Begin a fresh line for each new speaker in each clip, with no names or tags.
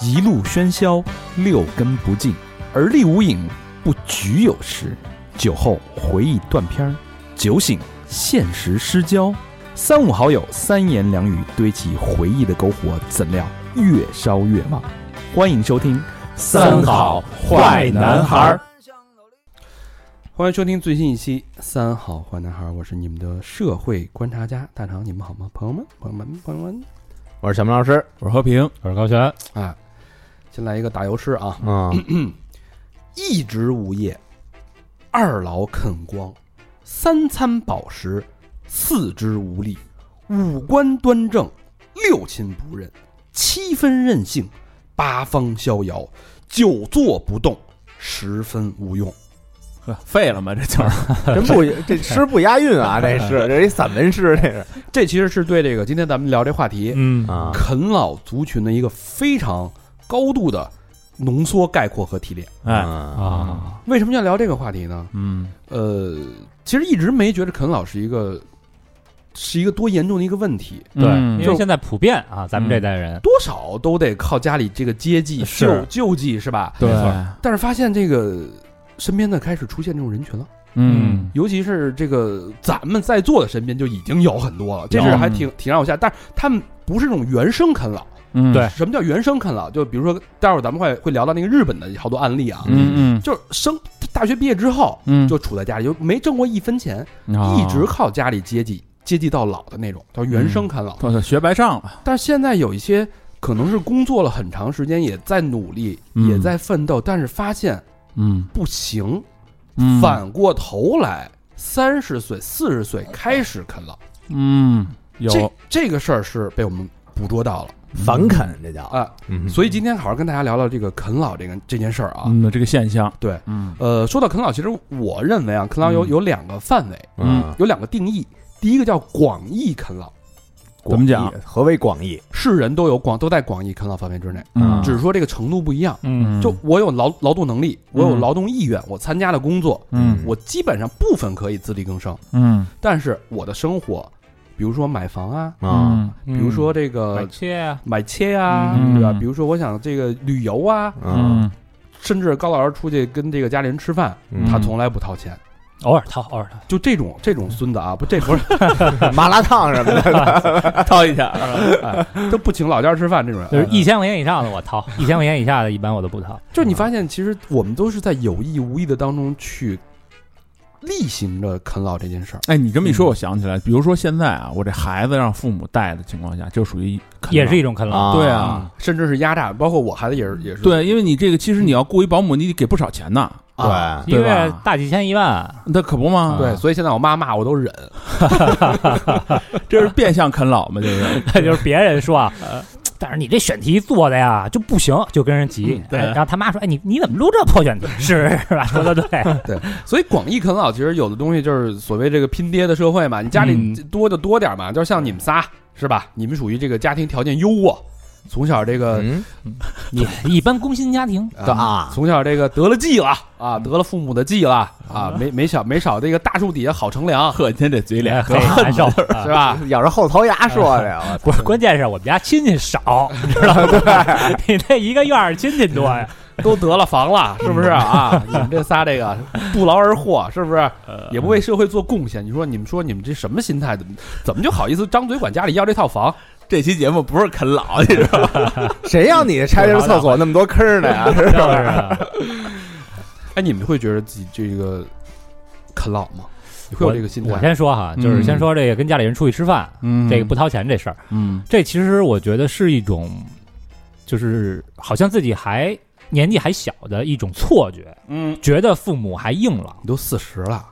一路喧嚣，六根不净，而立无影，不局有时。酒后回忆断片儿，酒醒现实失焦。三五好友，三言两语堆起回忆的篝火，怎料越烧越旺。欢迎收听《
儿。
欢迎收听最新一期《三好坏男孩》，我是你们的社会观察家大长，你们好吗？朋友们，朋友们，朋友们
我是小明老师，
我是和平，
我是高璇，
啊！先来一个打油诗啊，
啊，
一直无业，二老啃光，三餐饱食，四肢无力，五官端正，六亲不认，七分任性，八方逍遥，久坐不动，十分无用。
呵，废
哎
了吗？这词儿，
真不这诗不押韵啊，这 是这是一散文诗，这是
这其实是对这个今天咱们聊这话题，
嗯
啊
啃老族群的一个非常高度的浓缩、概括和提炼。
哎
啊
啊，
为什么要聊这个话题呢？
嗯
呃，其实一直没觉得啃老是一个是一个多严重的一个问题，
对，
嗯
因为现在普遍啊，咱们这代人，
多少都得靠家里这个接济、
是
救救济，是吧？
对
没错，
但是发现这个身边的开始出现这种人群了，
嗯
尤其是这个咱们在座的身边就已经有很多了，这是还挺挺让我吓。但是他们不是那种原生啃老，
嗯
对
什么叫原生啃老？就比如说，待会儿咱们会会聊到那个日本的好多案例啊，
嗯嗯
就是生大学毕业之后
嗯，
就处在家里，就没挣过一分钱，
啊
一直靠家里接济接济到老的那种，叫原生啃老。
我操学白上了，
但是现在有一些可能是工作了很长时间，也在努力，
嗯
也在奋斗，但是发现
嗯，
不行，
嗯
反过头来三十岁、四十岁开始啃老，
嗯
这
有
这个事儿是被我们捕捉到了
反啃，这叫
啊。
嗯
所以今天好好跟大家聊聊这个啃老这个这件事儿啊。
嗯这个现象，
对，
嗯
呃，说到啃老，其实我认为啊，啃老有
嗯
有两个范围，
嗯
啊
有两个定义。第一个叫广义啃老，
怎么讲？
何为广义？
是人都有广都在广义啃老范围之内，
嗯
只是说这个程度不一样。
嗯
就我有劳劳动能力，我有
嗯
劳动意愿，我参加的工作，
嗯
我基本上部分可以自力更生，
嗯
但是我的生活，比如说买房啊，
啊
比如说这个
买切嗯啊，
买车啊，
嗯
对吧？比如说我想这个旅游啊，
嗯
啊，
甚至高老师出去跟这个家里人吃饭，
嗯
他从来不掏钱。
偶尔掏，偶尔掏，
就这种这种孙子啊，不，这不是
麻辣烫什么的，
掏一下，
哎都不请老家吃饭这种人，哎
就是一千块钱以上的我掏，一千块钱以下的一般我都不掏。
就是
嗯
你发现，其实我们都是在有意无意的当中去例行着啃老这件事儿。
哎，你这么一说，我想起来，比如说现在啊，我这孩子让父母带的情况下，就属于啃老
也是一种啃老，
啊
对啊，
甚至是压榨，包括我孩子也是也是
对，因为你这个其实你要雇一保姆，你得给不少钱呢，
对
啊
一个
对吧
月大几千一万，
那可不吗？
对，所以现在我妈骂我都忍。
这是变相啃老嘛，这是。
就是别人说啊。但是你这选题做的呀就不行，就跟人急。
对
哎然后他妈说：“哎，你你怎么录这破选题？是是吧？说的对，
所以广义啃老其实有的东西就是所谓这个拼爹的社会嘛，你家里
嗯
多就多点嘛，就像你们仨是吧？你们属于这个家庭条件优渥，从小这个
嗯
你一般工薪家庭，
啊
啊，
从小这个得了计了啊，得了父母的计了啊，没没少没少这个大树底下好乘凉
呵，你看这嘴
脸
脸，
哎很难受，
是吧？
咬着后槽牙说的，
不是，关键是我们家亲戚少，你知道吗？你那一个院儿亲戚多呀，
都得了房了，
嗯
是不是 啊？你们这仨这个不劳而获，是不是也不为社会做贡献？你说你们说你们这什么心态？怎么怎么就好意思张嘴管家里要这套房？
这期节目不是啃老，你知道吗？
谁让你拆这厕所那么多坑呢呀？
是不是？
哎，你们会觉得自己这个啃老吗？你会有这个心
我
态？
先说哈，就是先说这个跟家里人出去吃饭，
嗯
这个不掏钱这事儿，
嗯
这其实我觉得是一种，就是好像自己还年纪还小的一种错觉，
嗯，
觉得父母还硬朗。
你都四十了，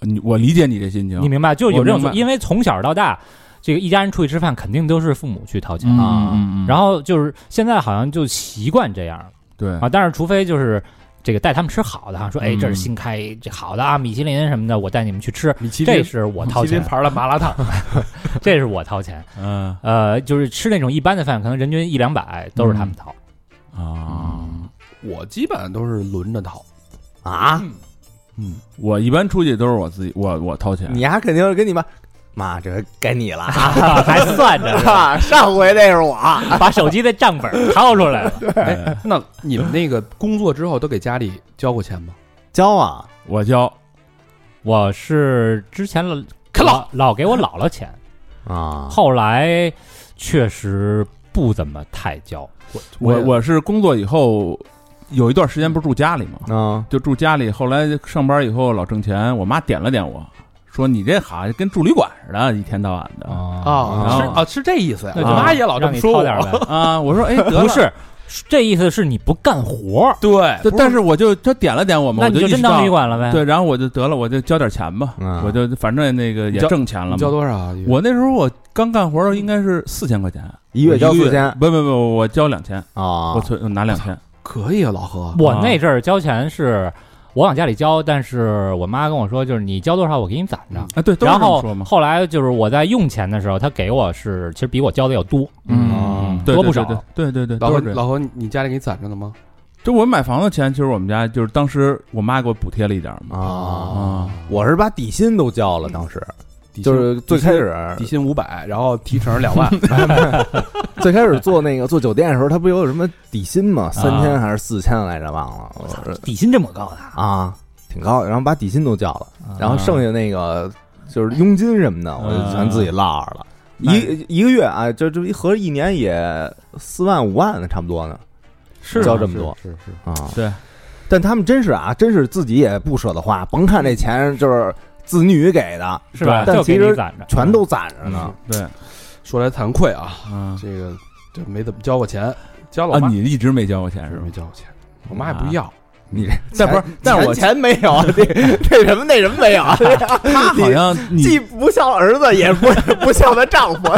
你我理解你这心情，
你明白？就是有这
我明
种，
白
因为从小到大，这个一家人出去吃饭，肯定都是父母去掏钱。
嗯
啊
嗯嗯
然后就是现在好像就习惯这样了。
对
啊，但是除非就是这个带他们吃好的哈，说哎
嗯
这是新开这好的啊，米其林什么的，我带你们去吃，
米其
这
林
是我
米
掏
其林
钱，
牌的麻辣烫，
这是我掏钱。
嗯
呃，就是吃那种一般的饭，可能人均一两百都是他们
嗯
掏。，
啊，
我基本上都是轮着掏。
啊，
嗯，
我一般出去都是我自己，我我掏钱，
你还肯定是跟你妈妈，这回该你了啊
啊还算着是吧
上回那是我，
把手机的账本掏出来了。
哎， 那你们那个工作之后都给家里交过钱吗？
交啊，
我交
我是之前老
啃老
老给我姥姥钱，
啊，
后来确实不怎么太交。
我
我我是工作以后有一段时间不是住家里吗？
嗯，
就住家里，后来上班以后老挣钱，我妈点了点我说你这好像跟住旅馆似的，一天到晚的
啊，是啊，是这意思呀。
那
我
就
妈也老这
让
么
你
说
掏
我。
点呗。
啊。我说哎， 得了
不，是，这意思是你不干活儿，
对，
但但是我就他点了点我
那
嘛，我
你
意
真
识到
当旅馆了呗？
对，然后我就得了，我就交点钱吧，
嗯
我就反正那个也
你交
挣钱了
你
嘛。
交多少啊？
我那时候我刚干活儿应该是四千块钱，
一月交
一个
四千
不不不，我交两千，
啊
我，存拿两千。
可以啊，老何。
我那阵儿交钱是我往家里交，但是我妈跟我说，就是你交多少我给你攒着。
啊，对，都是
然
这么
后
说嘛。
后来就是我在用钱的时候，她给我是其实比我交的要多，
嗯，对
多不
对
少
对对对对，
老
都
何，
是这样
老何，你你家里给你攒着呢吗？
就我买房的钱，其实我们家就是当时我妈给我补贴了一点儿嘛。
啊，
啊，
我是把底薪都交了，当时
底薪
就是最开始
底薪五百，然后提成两万，
最开始做那个做酒店的时候，他不有什么底薪吗？三千还是四千来着，忘了。我说
底薪这么高的啊，
啊，挺高的，然后把底薪都交了，然后剩下那个就是佣金什么的，我就全自己落着了。
那
一一个月啊，就这一合着一年也四万五万的差不多呢
是
交这么多
是是。
啊。
对，
但他们真是啊，真是自己也不舍得花，甭看这钱就是子女给的，
是吧？
但
就给
其
你
实
攒着，
全都攒着呢。
对，
说来惭愧啊，
嗯
这个这没怎么交过钱，交了我
啊，
妈
你一直没交过钱是
是
吗
没？交过钱，我妈也不要。
你
但不是，但是我
钱没有，这这什么那什么没有，
他好像你
既不像儿子，也不 不像他丈夫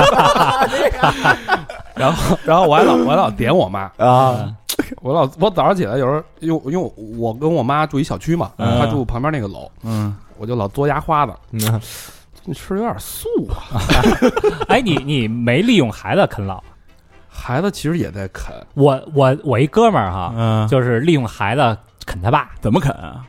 然后，然哦后我还老我还老点我妈，
啊
我老我早上起来有时候，因为因为我跟我妈住一小区嘛，
嗯
她住旁边那个楼，
嗯，
我就老嘬牙花子，
嗯
你吃的有点素啊。
哎，你你没利用孩子啃老，
孩子其实也在啃，
我我我一哥们儿哈，
嗯，
就是利用孩子啊啃他爸，
怎么啃啊？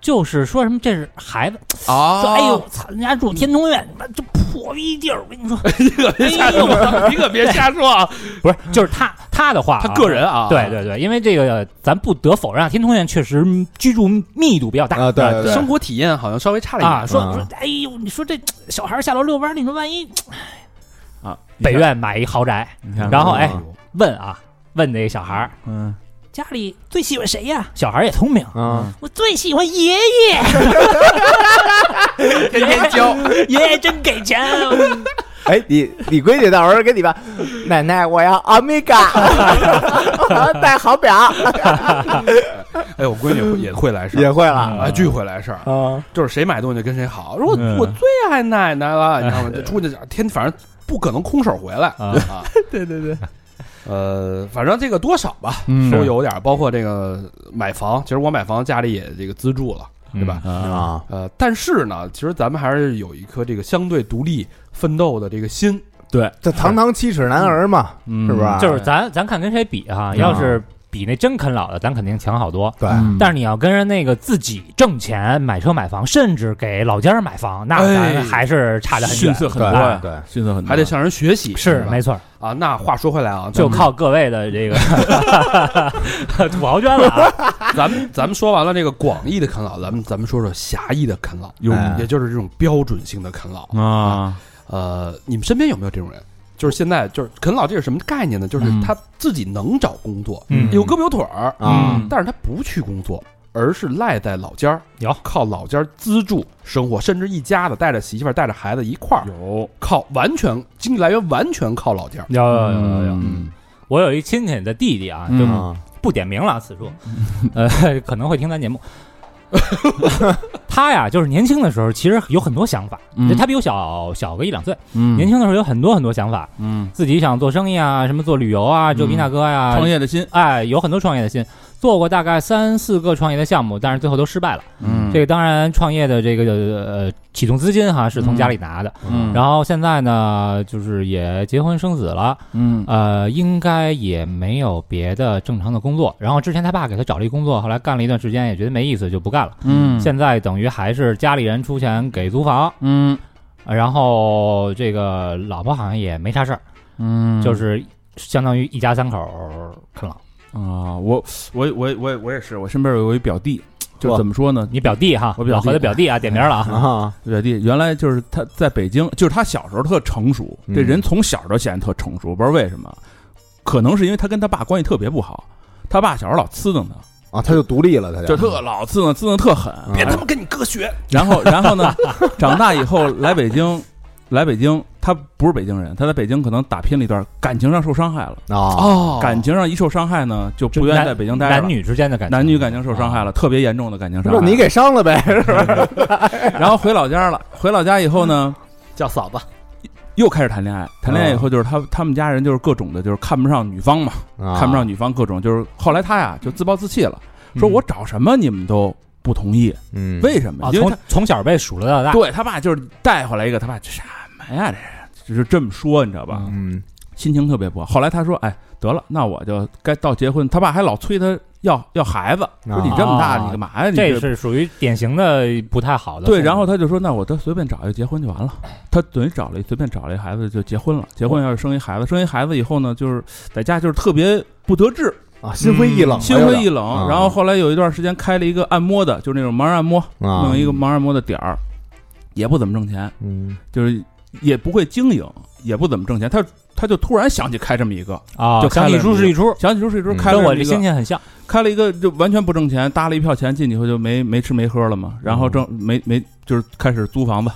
就是说什么这是孩子，
啊
说哎呦，操，人家住天通苑，你妈这破逼地儿，我跟你说，
你可别瞎说，你可别瞎说啊！
哎不是就是他他的话、
他个。人啊，
对对对，因为这个咱不得否认啊，天通苑确实居住密度比较大
啊！对对，
生活体验好像稍微差了一点
啊。说
啊
说，哎呦，你说这小孩下楼遛弯儿，你说万一哎
啊，
北院买一豪宅，
你看，
然后哎
啊
问啊问那个小孩儿
嗯，
家里最喜欢谁呀？
小孩儿也聪明，
啊，
我最喜欢爷爷，
天天教，
爷爷真给钱，
哎，你你闺女到时候给你吧，奶奶，我要阿米伽，带好表
哎，我闺女也会来事
也
儿，
会了
啊，巨会来事儿，
啊
就是谁买东西跟谁好。说我
嗯
我最爱奶奶 了，你知道吗？就出去天，反正不可能空手回来
啊
啊。
对对对，
呃，反正这个多少吧，
嗯
都有点儿，包括这个买房，其实我买房家里也这个资助了，
嗯
对吧？
啊，
啊，
呃，但是呢，其实咱们还是有一颗这个相对独立奋斗的这个心，
对，
这堂堂七尺男儿嘛，
嗯
是不是？
就是咱咱看跟谁比哈、
嗯
要是比那真啃老的，咱肯定强好多。
对，
嗯
但是你要跟人那个自己挣钱买车买房，甚至给老家人买房，那
哎
咱还是差得很
逊
远。
色很
对
多呀，
对
逊色很多，
还得向人学习，
嗯是
吧
没错，
啊。那话说回来啊，
就靠各位的这个 土豪捐了啊！
咱们 咱们说完了这个广义的啃老，咱们咱们说说狭义的啃老，嗯
有
哎
也就是这种标准性的啃老。
啊，
呃，你们身边有没有这种人？就是现在就是啃老，这是什么概念呢？就是
嗯
他自己能找工作，
嗯
有胳膊有腿儿，
啊
嗯
但是他不去工作，而是赖在老家儿，
有
靠老家儿资助生活，甚至一家子带着媳妇儿带着孩子一块儿，
有
靠完全经济来源完全靠老家儿。
有有有有有，
嗯
我有一亲戚的弟弟啊，就
嗯
啊
不点名了，此处，呃，可能会听咱节目。 他呀，就是年轻的时候，其实有很多想法。
嗯
他比我小小个一两岁，
嗯
年轻的时候有很多很多想法，
嗯，
自己想做生意啊，什么做旅游啊，这皮大哥呀、
创业的心，
哎，有很多创业的心，做过大概三四个创业的项目，但是最后都失败了。
嗯，
这个当然，创业的这个呃启动资金哈是从家里拿的，
嗯
然后现在呢，就是也结婚生子了，
嗯
呃，应该也没有别的正常的工作。然后之前他爸给他找了一工作，后来干了一段时间也觉得没意思，就不干了。
嗯
现在等于还是家里人出钱给租房，
嗯
呃然后这个老婆好像也没啥事儿，
嗯
就是相当于一家三口儿啃老。
啊，我我我我我也是，我身边有一表弟，就
哇
怎么说呢？
你表弟哈，
我表弟
老何的表弟啊，点名了啊，
啊，
表弟原来就是他在北京，就是他小时候特成熟，这
嗯
人从小就显得特成熟，不知道为什么，可能是因为他跟他爸关系特别不好，他爸小时候老呲瞪他，
啊，他就嗯独立了，他
就特老呲瞪，呲瞪特狠。
别他妈跟你哥学，
然后然后呢， 长大以后来北京，来北京，他不是北京人，他在北京可能打拼了一段，感情上受伤害了，
啊
哦
感情上一受伤害呢，就不愿意在北京待着了。
男女之间的感情，哦
男女感情啊受伤害了，特别严重的感情伤害。
让 你给伤了呗，是吧？
然后回老家了，回老家以后呢，
嗯
叫嫂子，
又开始谈恋爱。谈恋爱以后，就是他他们家人就是各种的，就是看不上女方嘛，
啊
看不上女方，各种就是后来他呀就自暴自弃了，说我找什么你们都不同意，
嗯，
为什么
啊，？
因为
从从小被数落到
他
大，
对他爸就是带回来一个，他爸这什么呀这是。就是这么说，你知道吧？
嗯
心情特别不好。后来他说：“哎，得了，那我就该到结婚。”他爸还老催他要要孩子，说：“你这么大，
啊
你干嘛呀？你
这是属于典型的不太好的父母。
对，然后他就说：“那我就随便找一个结婚就完了。”他等于找了一随便找了一孩子就结婚了，结婚要是生一孩子，生一孩子以后呢，就是在家就是特别不得志，
哦
啊，心灰意冷了，
嗯心灰意
哎
冷。
啊
然后后来有一段时间开了一个按摩的，就是那种盲人按摩，
冷啊，
弄一个盲人按摩的点儿，也不怎么挣钱，
嗯
就是也不会经营，也不怎么挣钱。他他就突然想起开这么一个，
啊，
就
想
开了
一出是一出，
想起就是说
嗯
开了
跟我这
这么一个
心情很像。
开了一个就完全不挣钱，搭了一票钱进去以后就没没吃没喝了
嗯
嘛，然后挣没没就是开始租房子，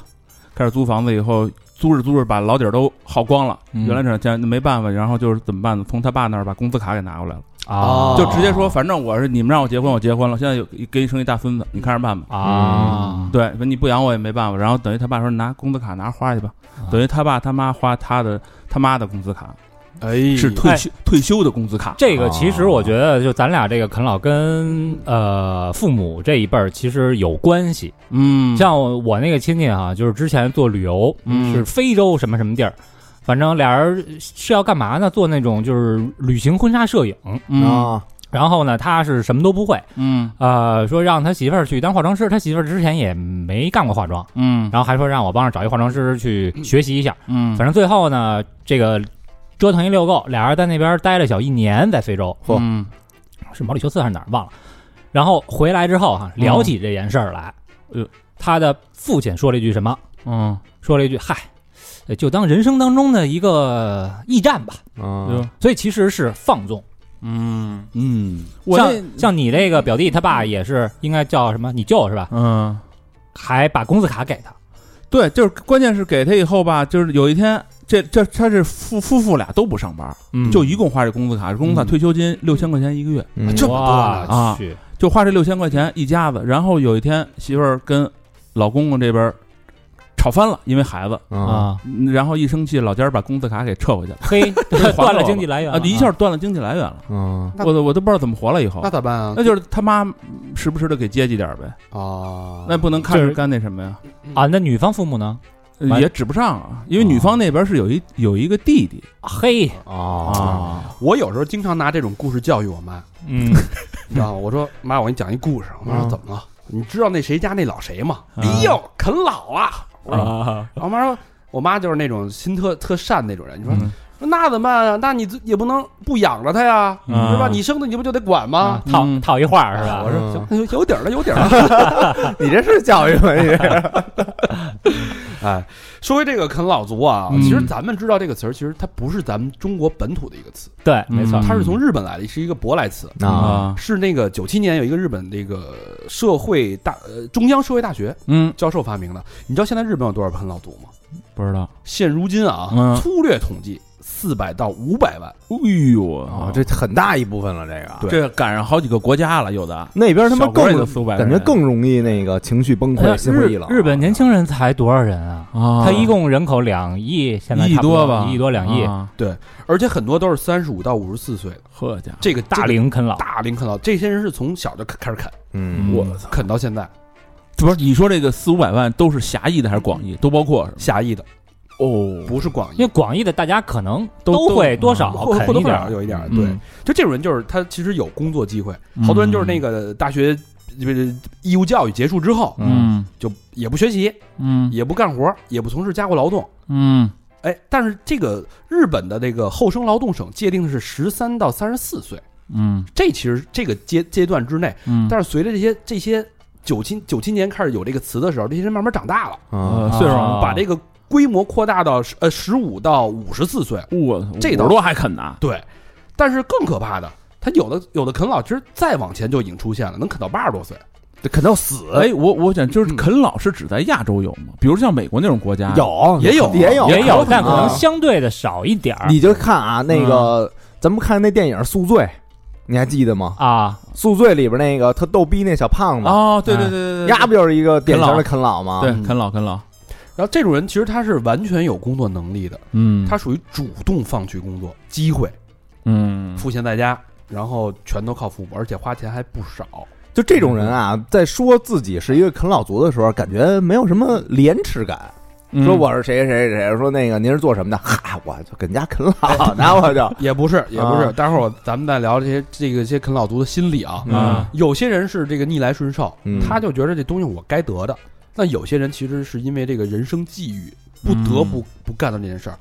开始租房子以后租着租着把老底儿都耗光了，
嗯
原来这钱没办法，然后就是怎么办呢？从他爸那儿把工资卡给拿过来了，
啊
哦
就直接说反正我是你们让我结婚我结婚了，现在有给你生一大孙子，你看着办吧。
嗯
啊，
对，你不养我也没办法，然后等于他爸说拿工资卡拿花去吧，等于他爸他妈花他的他妈的工资卡
哎
是退休退休的工资卡，
这个其实
哦
我觉得，就咱俩这个啃老跟呃父母这一辈儿其实有关系。
嗯，
像我那个亲戚啊，就是之前做旅游，
嗯
是非洲什么什么地儿，反正俩人是要干嘛呢？做那种就是旅行婚纱摄影。
哦
嗯
啊，
然后呢，他是什么都不会，
嗯
呃，说让他媳妇儿去当化妆师，他媳妇儿之前也没干过化妆，
嗯
然后还说让我帮着找一化妆师去学习一下。
嗯，
反正最后呢，这个折腾一溜够，俩人在那边待了小一年，在非洲
不
嗯
是毛里求斯还是哪儿忘了。然后回来之后哈、聊起这件事儿来，
嗯呃
他的父亲说了一句什么？
嗯。
说了一句：“嗨，呃就当人生当中的一个驿站吧。
嗯，”
所以其实是放纵。
嗯嗯，我
像
这
像你这个表弟他爸也是，应该叫什么？你舅是吧？
嗯，
还把工资卡给他。
对，就是关键是给他以后吧，就是有一天，这这他是夫夫妇俩都不上班，
嗯
就一共花这工资卡，工资卡
嗯
退休金六千块钱一个月，
嗯
这么多呢
哇去
就花这六千块钱一家子。然后有一天，媳妇儿跟老公公这边吵翻了，因为孩子，
啊，！
嗯然后一生气，老家儿把工资卡给撤回去了
嘿， 断了
了
经济来源
啊，
了
一下断了经济来源了，
嗯
那
我都我都不知道怎么活了以后
那。咋办啊？
那就是他妈时不时的给接济点儿呗，
啊，
那不能看
就
着
是
干那什么呀？
啊。那女方父母呢？
呃也指不上啊，因为女方那边是有一有一个弟弟
嘿，
啊，，
我有时候经常拿这种故事教育我妈，
嗯，
你知道吗？我说妈，我给你讲一故事。我妈说
嗯
怎么了？你知道那谁家那老谁吗？
啊
哎呦，啃老啊！我
嗯
说
啊，
然后我妈说，我妈就是那种心特特善那种人。你说
嗯
说那怎么办啊？那你自也不能不养着他呀，
嗯
是吧？你生的你不就得管吗？
套
嗯
套一话是
我
吧？
说
嗯
行，有有底儿了，有底儿了。
你这是教育吗？你这
哎，说回这个啃老族啊，
嗯
其实咱们知道这个词儿，其实它不是咱们中国本土的一个词，
对，没错
嗯。
它是从日本来的，是一个舶来词。
啊，
啊，
是那个九七年有一个日本那个社会大呃中央社会大学
嗯，
教授发明的。你知道现在日本有多少啃老族吗？
不知道，
现如今
嗯
啊，粗略统计，四百到五百万。
哎呦
啊，这很大一部分了，这个
对
这赶上好几个国家了，有的
那边他妈
小国也
更
得四五百人，
感觉更容易那个情绪崩
哎
溃、心灰意
日
冷。
日本年轻人才多少人啊？
啊，
他一共人口两亿，现在
一亿
差不
多吧，
一亿多两亿，
啊，
而且很多都是三十五到五十四岁的，
呵家伙，
这个
大龄啃老。
大龄啃老，这些人是从小就开始啃，
嗯，
我
嗯
啃到现在，
不是你说这个四五百万都是狭义的还是广义？都包括是吗
狭义的，
哦
不是广
因为
义，
广义的大家可能
都
都会多少
或
啃
或多
一
或
点
少
儿，
有一点儿。对，
嗯
就这种人，就是他其实有工作机会，好多人就是那个大学这义务教育结束之后，
嗯
就也不学习，
嗯
也不干活，也不从事家务劳动。
嗯
哎，但是这个日本的这个厚生劳动省界定的是十三到三十四岁，
嗯
这其实这个阶阶段之内，
嗯，
但是随着这些这些九七九七年开始有这个词的时候，这些人慢慢长大了，
呃
啊，
岁数
啊
把这个规模扩大到十呃十五到五十四岁。
我
这倒
五十多还啃呢，
对，但是更可怕的，他有的有的啃老，其实再往前就已经出现了，能啃到八十多岁。
这啃到死
呃
哎，我我想就是
嗯
啃老是指在亚洲有吗？比如像美国那种国家，
有
也有
也有
也有，但可能
啊
相对的少一点儿
你就看啊，那个咱们看那电影《宿醉》，你还记得吗？
啊。
《宿醉》里边那个特逗逼那小胖子，
哦，对对对对对，
呀不就是一个典型的啃老吗？
对啃老啃老，
然后这种人其实他是完全有工作能力的，
嗯
他属于主动放弃工作机会，
嗯
赋闲在家，然后全都靠父母，而且花钱还不少。
就这种人啊，在说自己是一个啃老族的时候，感觉没有什么廉耻感。
嗯
说我是谁谁谁，说那个您是做什么的？ 哈，我就跟人家啃 老呢，我就
也不是，也不是。
啊
待会儿我咱们再聊这些这个一些啃老族的心理啊。
啊
有些人是这个逆来顺受，
嗯
他就觉得这东西我该得的；那有些人其实是因为这个人生际遇，不得不不干的这件事儿。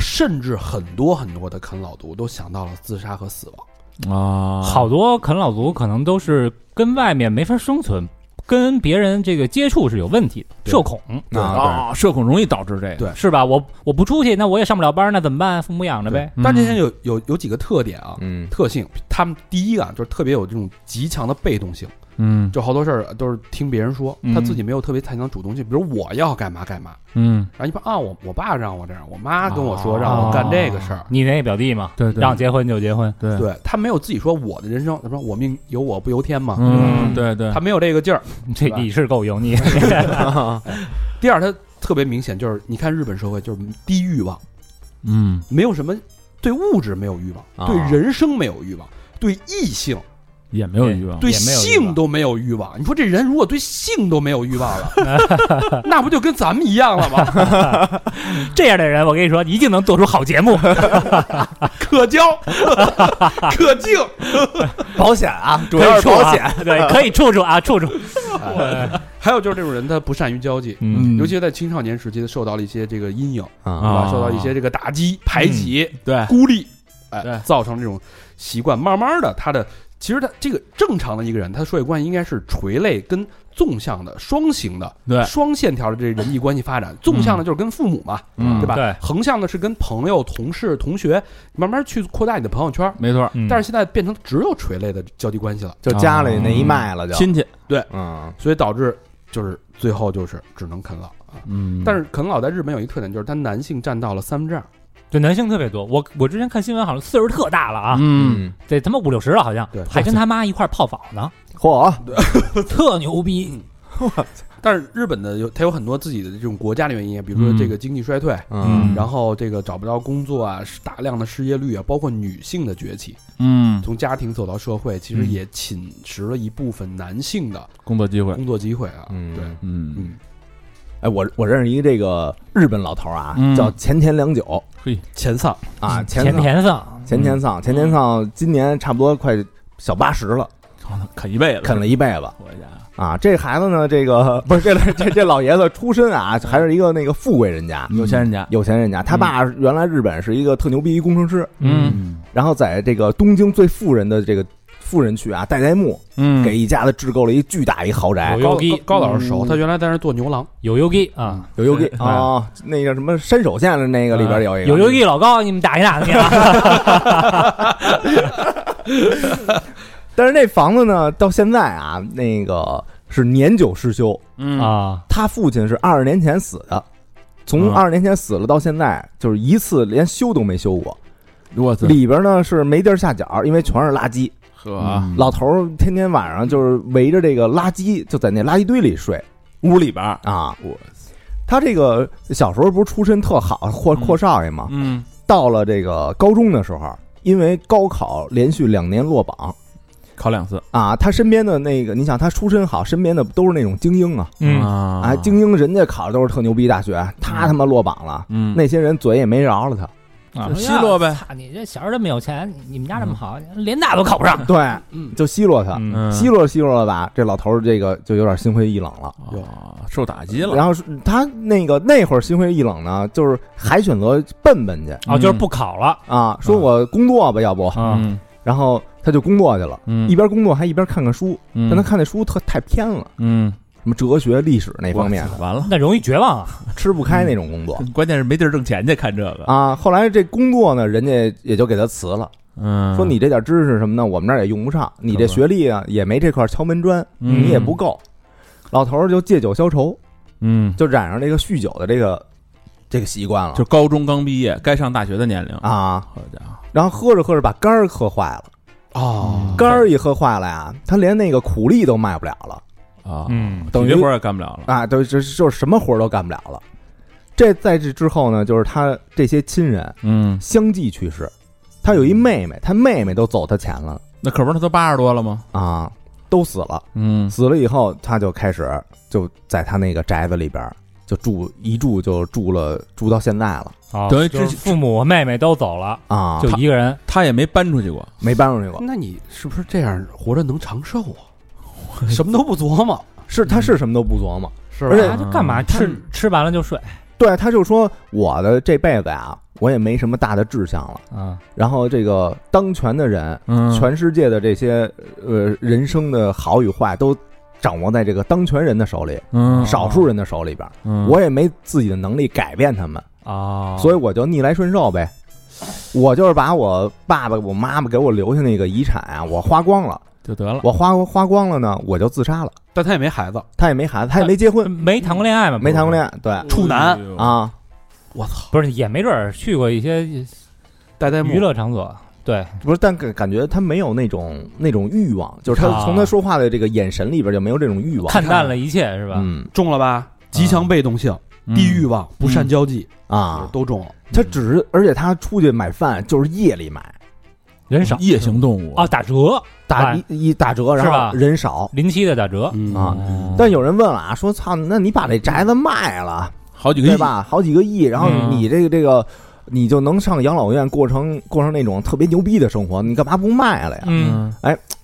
甚至很多很多的啃老族都想到了自杀和死亡。
啊，
好多啃老族可能都是跟外面没法生存，跟别人这个接触是有问题的，
对
社恐
啊，
啊，社恐容易导致这个，
对
是吧？我我不出去，那我也上不了班，那怎么办？父母养着呗。
嗯
但这些有有有几个特点啊
对，，嗯
特性。他们第一个啊，就是特别有这种极强的被动性，
嗯
就好多事儿都是听别人说，
嗯
他自己没有特别太强的主动性。比如我要干嘛干嘛，
嗯，
然后一般啊，我我爸让我这样，我妈跟我
哦
说让我干这个事儿。
你那表弟嘛，
对对，
让结婚就结婚，
对，
对他没有自己说我的人生，他说我命由我不由天嘛，
嗯
嗯
对对
他，没有这个劲儿。
这
吧
你 是够油腻。
第二，他特别明显就是，你看日本社会就是低欲望，
嗯
没有什么对物质没有欲
啊
望，对人生没有欲望，对异性、
也没有欲望，
对
也没有欲望
性都没有欲望。你说这人如果对性都没有欲望了， 那不就跟咱们一样了吗？
这样的人，我跟你说，一定能做出好节目。
可交 可敬。
保险啊，主
可
要
以
是
处啊
保险，
对，可以处处啊，处处。
哎还有就是这种人，他不善于交际，
嗯
尤其在青少年时期，受到了一些这个阴影。
啊
啊，
啊
受到一些这个打击、排挤、
对
孤立，
对
哎，造成这种习惯。慢慢的，他的其实他这个正常的一个人，他的社会关系应该是垂类跟纵向的、双形的、
对，
双线条的这人际关系发展。纵向的就是跟父母嘛，
嗯
对吧？
对
横向的是跟朋友、同事、同学，慢慢去扩大你的朋友圈。
没错，
嗯
但是现在变成只有垂类的交际关系了，
就家里那一卖了就，
亲戚，
嗯
所以导致就是最后就是只能啃老啊。
嗯
但是啃老在日本有一特点，就是他男性占到了三分之二。
对男性特别多，我我之前看新闻，好像岁数特大了啊，
嗯，
得他妈五六十了，好像
对
还跟他妈一块儿泡澡呢，
嚯，
特牛逼。
但是日本的有，它有很多自己的这种国家的原因，比如说这个经济衰退，
嗯
然后这个找不到工作啊，是大量的失业率啊，包括女性的崛起，
嗯，
从家庭走到社会，其实也侵蚀了一部分男性的
工作机会，
工作机会啊。
嗯
对，
嗯，
嗯，
哎，我我认识一这个日本老头啊
嗯，
叫前田良久
前丧，
啊，
前
田
田桑，
前田丧，前
嗯
田丧今年差不多快小八十了，
啃一辈子，
啃了一辈子。
我家，
啊，这孩子呢，这个不是这这这老爷子出身啊，还是一个那个富贵人家，
嗯有钱人家，
有钱人家。他爸原来日本是一个特牛逼一工程师，
嗯
然后在这个东京最富人的这个富人区啊，代代木
嗯，哦
给一家子置购了一巨大一豪宅
嗯，
高
有一
高高老师熟，他原来在那儿做牛郎，
有 Ugi 啊，
有优给
嗯
啊，那个什么山手线的那个里
啊
边有一个
有 Ugi 老高，你们打一打去啊。
但是那房子呢，到现在啊，那个是年久失修。
嗯
啊，
他父亲是二十年前死的，从
嗯
二十年前死了到现在，就是一次连修都没修过。
我操，
里边呢是没地儿下脚，因为全是垃圾。
呵，
老头儿天天晚上就是围着这个垃圾，就在那垃圾堆里睡
屋里边儿，
啊。
我
他这个小时候不是出身特好，阔
嗯
阔少爷嘛。
嗯
到了这个高中的时候，因为高考连续两年落榜
考两次，
啊，他身边的那个，你想他出身好，身边的都是那种精英啊，
嗯，
啊
啊，精英人家考的都是特牛逼大学，他他妈落榜了，
嗯
那些人嘴也没饶了他。
啊
就奚落呗
操你这小时候都没有钱，你们家这么好，连大都考不上。
对，
嗯，
就奚落他，
嗯
嗯，
奚落奚落了吧，这老头儿这个就有点心灰意冷了。
啊，受打击了，
然后是他那个那会儿心灰意冷呢，就是还选择奔奔去
哦，就是不考了
啊，说
嗯
我工作吧，要不，
啊，
然后他就工作去了，
嗯
一边工作还一边看看书，
嗯
但他看那书特太偏了，
嗯
什么哲学、历史那方面的，
完了，
那容易绝望啊。
吃不
嗯
开那种工作
关键是没地儿挣钱去看这个，
啊。后来这工作呢，人家也就给他辞了，
嗯，
说你这点知识什么的，我们这儿也用不上，你这学历啊也没这块敲门砖，
嗯
你也不够。老头儿就借酒消愁，
嗯，
就染上这个酗酒的这个这个习惯了
就高中刚毕业，该上大学的年龄，
啊。
好家伙，
然后喝着喝着把肝儿喝坏了，
嗯
哦，
肝儿一喝坏了呀，他连那个苦力都卖不了了
啊，
嗯
体
等于
力活儿也干不了了，
啊，都就就是什么活儿都干不了了。这在这之后呢，就是他这些亲人
嗯，
相继去世，他有一妹妹，他妹妹都走他前了
那可不是，他都八十多了吗？
啊，都死了。
嗯
死了以后，他就开始就在他那个宅子里边儿就住一住就住了住到现在了
哦
等于
就是
之
父母妹妹都走了，
啊，
就一个人，
他也没搬出去过，
没搬出去过。
那你是不是这样活着能长寿啊？什么都不琢磨，
是他是什么都不琢磨，
是
而且
他
吧？
啊就干嘛
嗯
吃吃完了就睡
对，他就说我的这辈子呀，我也没什么大的志向了。
啊，
然后这个当权的人，
嗯
全世界的这些呃人生的好与坏都掌握在这个当权人的手里，
嗯
少数人的手里边儿。
嗯
我也没自己的能力改变他们，
哦，
所以我就逆来顺受呗。我就是把我爸爸、我妈妈给我留下那个遗产啊，我花光了。
就得了，
我花花光了呢，我就自杀了。
但他也没孩子，
他也没孩子，他也没结婚，
没谈过恋爱嘛，
没谈过
爱，
恋爱，对
处男
哎呦，
啊，
我操！
不是也没准儿去过一些
呆呆木
娱乐场所，对，
不是，但感感觉他没有那种那种欲望，就是他
啊
从他说话的这个眼神里边就没有这种欲望，
看淡了一切是吧？
嗯
中了吧？极强被动性、
嗯
低欲望、不善交际
啊，
都中了。
他只是，而且他出去买饭就是夜里买，
人少
嗯
夜行动物
啊，，打折，
打
哎
一一打折，
是
然
吧
后人少。
临期的打折，
嗯
啊
哦
但有人问了啊，说操，那你把这宅子卖了，
好几个
对
亿，
吧？好几个亿，然后
嗯
你这个这个，你就能上养老院，过成过上那种特别牛逼的生活，你干嘛不卖了呀？
嗯，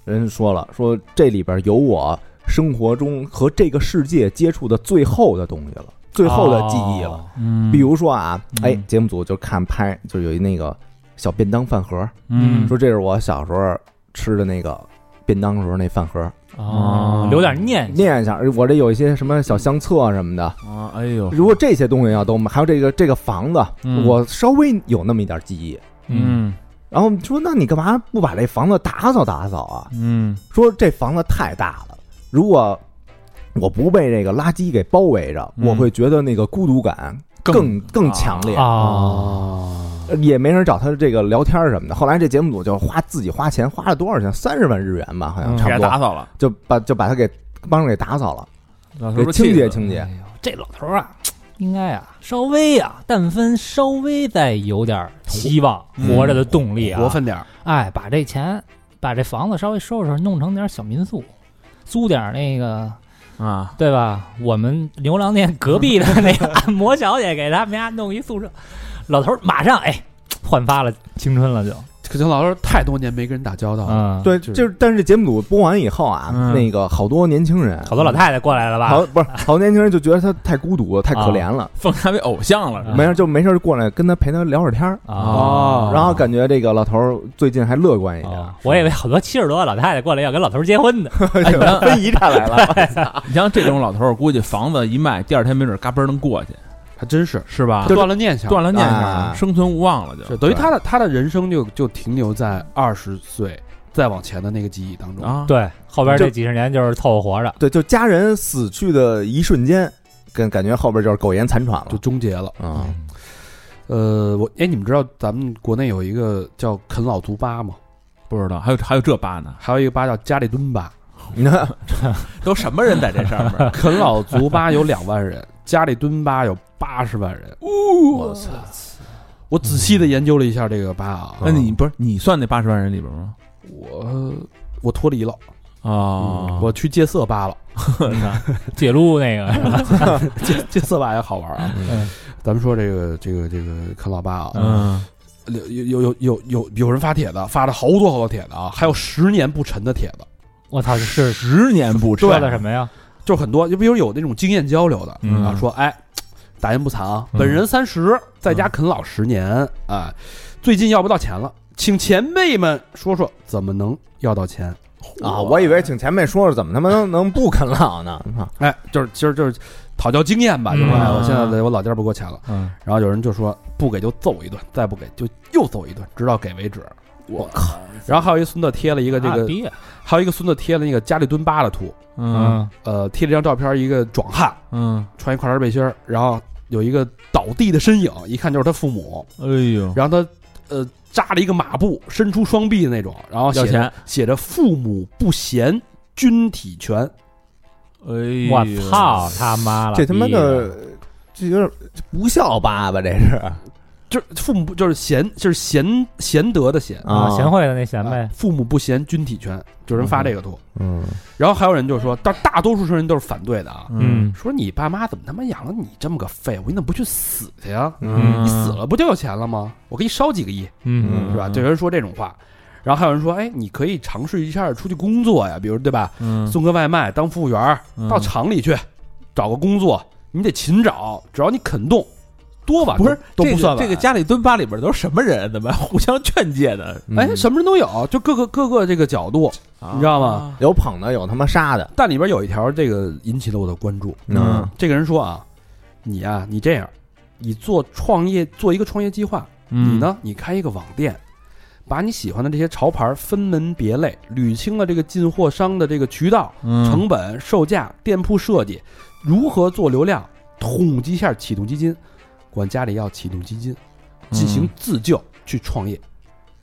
人说了，说这里边有我生活中和这个世界接触的最后的东西了，最后的记忆了。
哦，
嗯，
比如说啊，
嗯
哎，节目组就看拍，就有一那个小便当饭盒，
嗯，
说这是我小时候吃的那个便当时候那饭盒，
哦，留点念
嗯
想，
念一下，哎我这有一些什么小相册什么的。
啊，哎呦，
如果这些东西要都买，还有这个这个房子，
嗯
我稍微有那么一点记忆。
嗯
然后说，那你干嘛不把这房子打扫打扫啊？
嗯
说这房子太大了，如果我不被这个垃圾给包围着，
嗯
我会觉得那个孤独感更更强烈。呃
啊，
啊，
也没人找他这个聊天什么的。后来这节目组就花自己花钱，花了多少钱？三十万日元吧，好
嗯
像差
给
不多，
他打扫了，
就把就把他给帮着给打扫了，
老头
给
儿
清
气
洁
死
清洁
哎。呦这老头儿啊，应该啊，稍微啊，但分稍微再有点希望，
嗯
活着的动力啊，
活分点儿，
哎，把这钱，把这房子稍微收拾收拾，弄成点小民宿，租点那个，
啊，
对吧？我们牛郎店隔壁的那个按摩小姐给他们家弄一宿舍，老头儿马上哎，焕发了青春了就，
可能老师太多年没跟人打交道了。
嗯，，
对，
就是
就是但是这节目组播完以后啊，
嗯
那个好多年轻人，
好多老太太过来了吧？
好不是好多年轻人就觉得他太孤独、太可怜了，
奉他为偶像了，
啊
没事就没事就过来跟他陪他聊会儿天儿。
啊。
哦
然后感觉这个老头儿最近还乐观一点，
啊我以为好多七十多的老太太过来要跟老头儿结婚的，
哎你像
分遗产来了。
你像这种老头儿，估计房子一卖，第二天没准嘎嘣儿能过去，
还真是，
是吧
他？断了念想，
啊断了念想，
哎
生存无望了
是
就
等于他的他的人生就就停留在二十岁再往前的那个记忆当中。
啊，
对，后边
就
这几十年就是凑合活 着，
对，就家人死去的一瞬间，跟感觉后边就是苟延残喘
就
了。
终结了。
啊，
呃，我哎，你们知道咱们国内有一个叫啃老族吧吗？
不知道还有还有这疤呢，
还有一个吧叫家里蹲吧。
你 看，
都什么人在这上面？
啃老族吧有两万人，家里蹲吧有八十万人。
我操！
我仔细的研究了一下这个吧啊，
那你不是你算那八十万人里边吗？
我我脱离了，嗯
啊，
我去戒色吧了。
解撸那个是吧
戒戒色吧也好玩啊
嗯。
咱们说这个这个这个啃老吧啊，
嗯
有有有有有有人发帖子，发了好多好多帖子啊，还有十年不沉的帖子，
我操，是
十年不
说
撤
了什么呀？
就是很多，就比如有那种经验交流的、
嗯
啊，说哎，大言不惭啊，
嗯
本人三十，在家啃老十年啊，最近要不到钱了，请前辈们说说怎么能要到钱
啊！我以为请前辈说说怎么他妈能能不啃老呢？啊
哎，就是其实就是讨教经验吧，就说、
嗯
哎我现在在我老家不给我钱了，
嗯，
然后有人就说不给就揍一顿，再不给就又揍一顿，直到给为止。我靠！然后还有一孙子贴了一个这个，
逼，
还有一个孙子贴了那个家里蹲巴的图，
嗯
呃，贴了一张照片，一个壮汉
嗯，
穿一跨栏背心儿，然后有一个倒地的身影，一看就是他父母，
哎呦，
然后他呃扎了一个马步，伸出双臂的那种，然后写
要钱，
写着父母不贤。均体拳，
哎呦
我，操他妈了，
这他妈
逼
的这有点不孝爸爸，这是
就是父母不就是贤，就是贤贤德的贤
啊，
啊
贤惠的那贤
啊
呗，
父母不贤，均体拳，有人发这个图，
嗯
然后还有人就说，但大多数人都是反对的啊，
嗯
说你爸妈怎么他妈养了你这么个废物，你怎么不去死去呀？
嗯
你死了不就有钱了吗？我给你烧几个亿，
嗯
是吧？就有人说这种话，然后还有人说，哎，你可以尝试一下出去工作呀，比如对吧？
嗯，
送个外卖，当服务员儿，
嗯
到厂里去找个工作，你得勤找，只要你肯动，多晚
不是
都
这
不
个
算晚。
这个家里蹲吧里边都是什么人？怎么互相劝诫的？
哎，什么人都有，就各个各个这个角度，你知道吗？
有捧的，有他妈杀的，
但里边有一条这个引起了我的关注，
嗯
这个人说啊，你啊，你这样，你做创业，做一个创业计划，你
嗯？
呢，你开一个网店，把你喜欢的这些潮牌分门别类，捋清了这个进货商的这个渠道、
嗯
成本、售价、店铺设计，如何做流量，统计一下启动基金，管家里要启动基金，进
嗯
行自救去创业。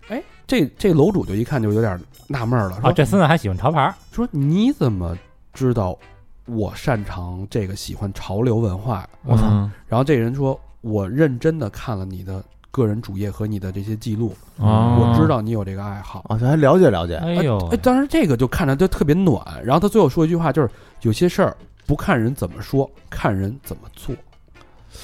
哎，这这楼主就一看就有点纳闷了，
啊，
说
这孙子还喜欢潮牌儿，
说你怎么知道我擅长这个喜欢潮流文化？
我操
嗯
然后这人说：“我认真的看了你的个人主页和你的这些记录，
嗯
哦
我知道你有这个爱好。
啊，这还了解了解，
哎呦，
哎，当然这个就看着就特别暖。然后他最后说一句话，就是有些事儿不看人怎么说，看人怎么做，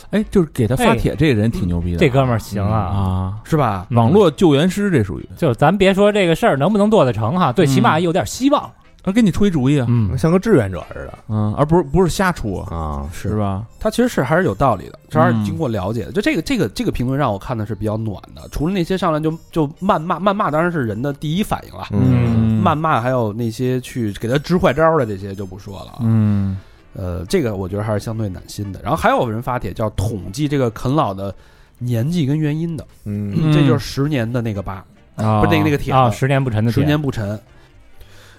哎，就是给他发帖这个人挺牛逼的，
这哥们儿行啊，
啊，
是吧？
网络救援师这属于，
就咱别说这个事儿能不能做得成哈，最起码有点希望。
啊，给你出一主意啊，
嗯，
像个志愿者似的
嗯，而不是不是瞎出，
啊，
是吧？
他其实是还是有道理的，这还是
嗯
经过了解的。就这个这个这个评论让我看的是比较暖的，除了那些上来就就谩骂，谩骂当然是人的第一反应了。
嗯
谩骂还有那些去给他支坏招的这些就不说了啊。
嗯
呃，这个我觉得还是相对暖心的。然后还有人发帖叫统计这个啃老的年纪跟原因的，
嗯
这就是十年的那个吧，
啊，
不是那个那个帖子，
啊，十年不沉的
十
铁
年不沉。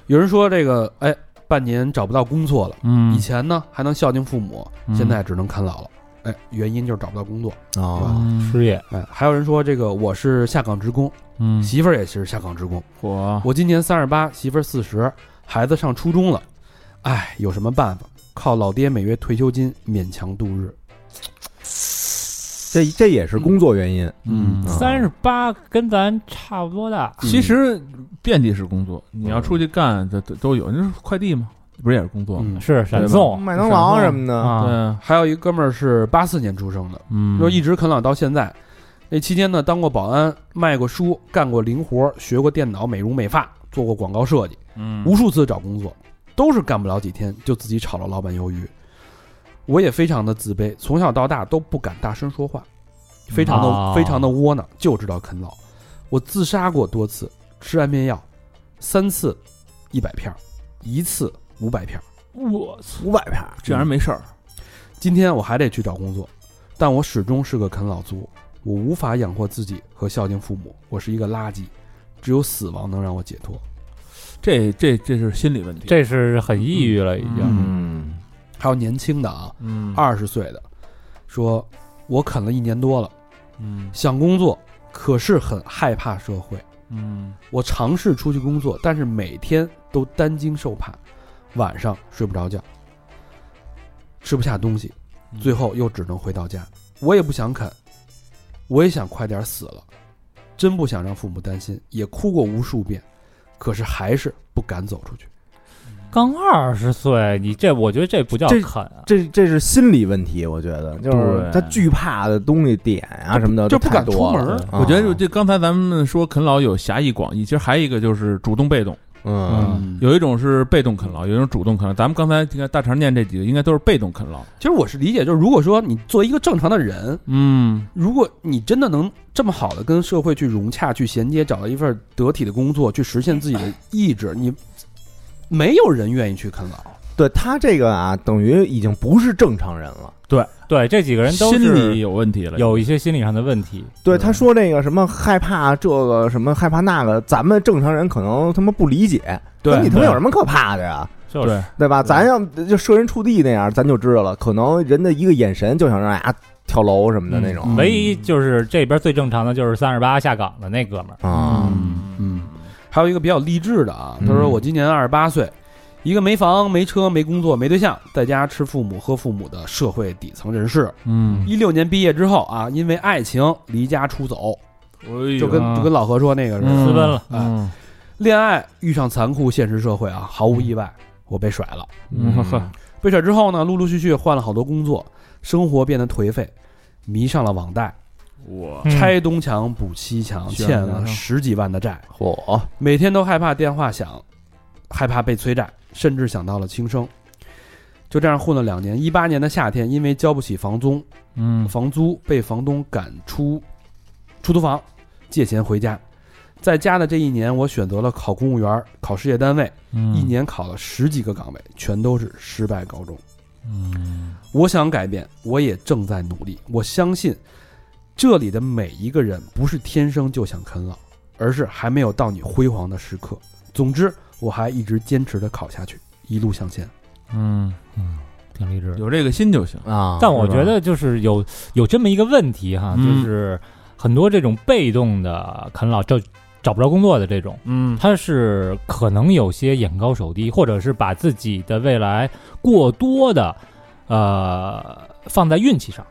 有人说这个，哎，半年找不到工作了，
嗯
以前呢还能孝敬父母，
嗯
现在只能啃老了。哎，原因就是找不到工作。
啊，
嗯
失业，
哎，还有人说这个我是下岗职工，
嗯哦
媳妇儿也是下岗职工，
火
我今年三十八，媳妇儿四十，孩子上初中了，哎，有什么办法？靠老爹每月退休金勉强度日。
这这也是工作原因，
嗯
啊
三十八跟咱差不多大，
其实遍地是工作，你要出去干，这都都有。你说快递嘛，不是也是工作吗？
嗯，
是闪送
麦当劳什么的，
对
啊，
啊，
还有一哥们儿是八四年出生的，
嗯，
就一直啃老到现在。那期间呢，当过保安，卖过书，干过零活，学过电脑、美容美发，做过广告设计，
嗯
无数次找工作，都是干不了几天就自己炒了老板鱿鱼。我也非常的自卑，从小到大都不敢大声说话，非常的、
嗯
哦
非常的窝囊，就知道啃老。我自杀过多次，吃安眠药，三次一百片儿，一次五百片儿。
我操，
五百片儿，
这样没事儿，
今天我还得去找工作，但我始终是个啃老族，我无法养活自己和孝敬父母，我是一个垃圾，只有死亡能让我解脱。
这这这是心理问题。
这是很抑郁了已经。
嗯
还有年轻的啊，
嗯
二十岁的，说我啃了一年多了，
嗯
想工作，可是很害怕社会。
嗯
我尝试出去工作，但是每天都担惊受怕，晚上睡不着觉，吃不下东西，最后又只能回到家。我也不想啃，我也想快点死了，真不想让父母担心，也哭过无数遍，可是还是不敢走出去。
刚二十岁，你这我觉得这不叫
这
啃啊，
这这是心理问题，我觉得就是
对
他惧怕的东西点啊什么的
就
都
不
太
敢出
多了，
门儿。
啊
我觉得就这刚才咱们说啃老有狭义广义，其实还有一个就是主动被动，
嗯
嗯
有一种是被动啃老，有一种主动啃老。咱们刚才你看大肠念这几个，应该都是被动啃老。
其实我是理解，就是如果说你作为一个正常的人，
嗯，
如果你真的能这么好的跟社会去融洽、去衔接，找到一份得体的工作，去实现自己的意志，你没有人愿意去啃老。
对他这个啊，等于已经不是正常人了。
对这几个人都
心理
是
有问题了，
有一些心理上的问题，
对，他说那个什么害怕这个什么害怕那个，咱们正常人可能他妈不理解，
对
那你他妈有什么可怕的呀？
就是
对
对吧？咱要就设人处地那样，咱就知道了。可能人的一个眼神就想让大家跳楼什么的那种
嗯唯一就是这边最正常的就是三十八下岗的那哥们儿，
啊。
嗯
嗯，还有一个比较励志的啊，他说
嗯
我今年二十八岁，一个没房、没车、没工作、没对象，在家吃父母喝父母的社会底层人士。
嗯，
一六年毕业之后啊，因为爱情离家出走，就跟就跟老何说那个似的，
私奔了
哎嗯
恋爱遇上残酷现实社会啊，毫无意外，我被甩了。
嗯呵
被甩之后呢，陆陆续续换了好多工作，生活变得颓废，迷上了网贷，
我
拆东墙补西墙，
嗯是啊
欠了十几万的债，
嚯，
每天都害怕电话响，害怕被催债，甚至想到了轻生。就这样混了两年，一八年的夏天，因为交不起房租，
嗯
房租被房东赶出出租房，借钱回家。在家的这一年，我选择了考公务员，考事业单位，
嗯
一年考了十几个岗位，全都是失败告终。
嗯
我想改变，我也正在努力。我相信这里的每一个人不是天生就想啃老，而是还没有到你辉煌的时刻。总之，我还一直坚持的考下去，一路向前。
嗯，
挺励志的。
有这个心就行。
啊！
但我觉得就是有有这么一个问题哈，就
嗯
是很多这种被动的啃老，找找不着工作的这种，
嗯
他是可能有些眼高手低，或者是把自己的未来过多的呃放在运气上，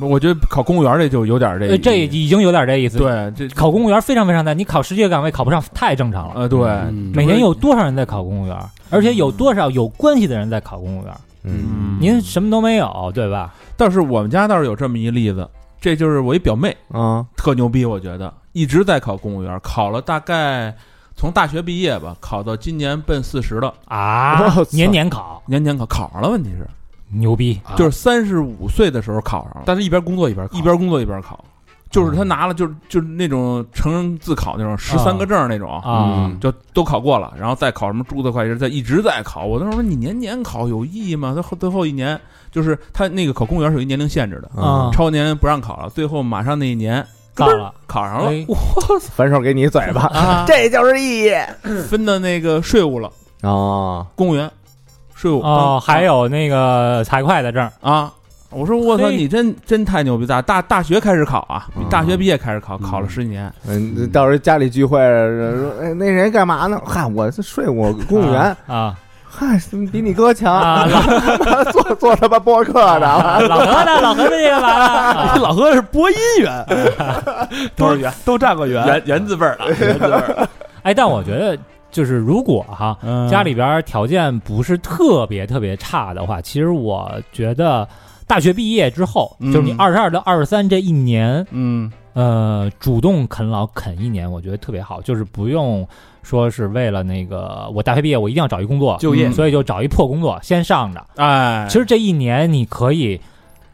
我觉得考公务员这就有点
呃，
这
这已经有点这意思。，
对这
考公务员非常非常难，你考十几个岗位考不上太正常了。
呃对
嗯
每年有多少人在考公务员？而且有多少有关系的人在考公务员？
嗯，
您什么都没有，对吧？
倒是我们家倒是有这么一例子，这就是我一表妹
啊，
特牛逼，我觉得一直在考公务员，考了大概从大学毕业吧，考到今年奔四十了，
啊
我操，
年年考，
年年考考上了，问题是
牛逼！
啊
就是三十五岁的时候考上了。
但是一边工作一边考嗯
一边工作一边考，就是他拿了就是就是那种成人自考
啊
那种十三个证儿那种
啊
就都考过了，然后再考什么注册会计师，再一直在考。我那时候说你年年考有意义吗？他后最后一年就是他那个考公务员是有一年龄限制的，
啊
嗯超年龄不让考了。最后马上那一年
到了，
考上了，
哎
反手给你一嘴巴，
啊，
这就是意义
分到那个税务了，
啊！
公务员税务
啊
哦，
当
还有那个财会的证儿，
啊。我说我操，
嘿
你真真太牛逼！大大大学开始考啊，比
嗯
大学毕业开始考，考了十几年。
嗯，到时候家里聚会说，哎，那谁干嘛呢？嗨，我是税务公务员，
啊
嗨，比你哥
啊，
强，
老
做做他妈播客的，
老何呢？老何最近干嘛啊呢？
老何是播音员，
多少元？
都站过员。
原字辈儿的，原字辈儿。
哎，但我觉得就是如果哈，
嗯
家里边儿条件不是特别特别差的话，其实我觉得大学毕业之后，
嗯
就是你二十二到二十三这一年，
嗯，
呃，主动啃老啃一年，我觉得特别好，就是不用说是为了那个我大学毕业我一定要找一工作
就
业
所以就找一破工作先上着。
哎，
其实这一年你可以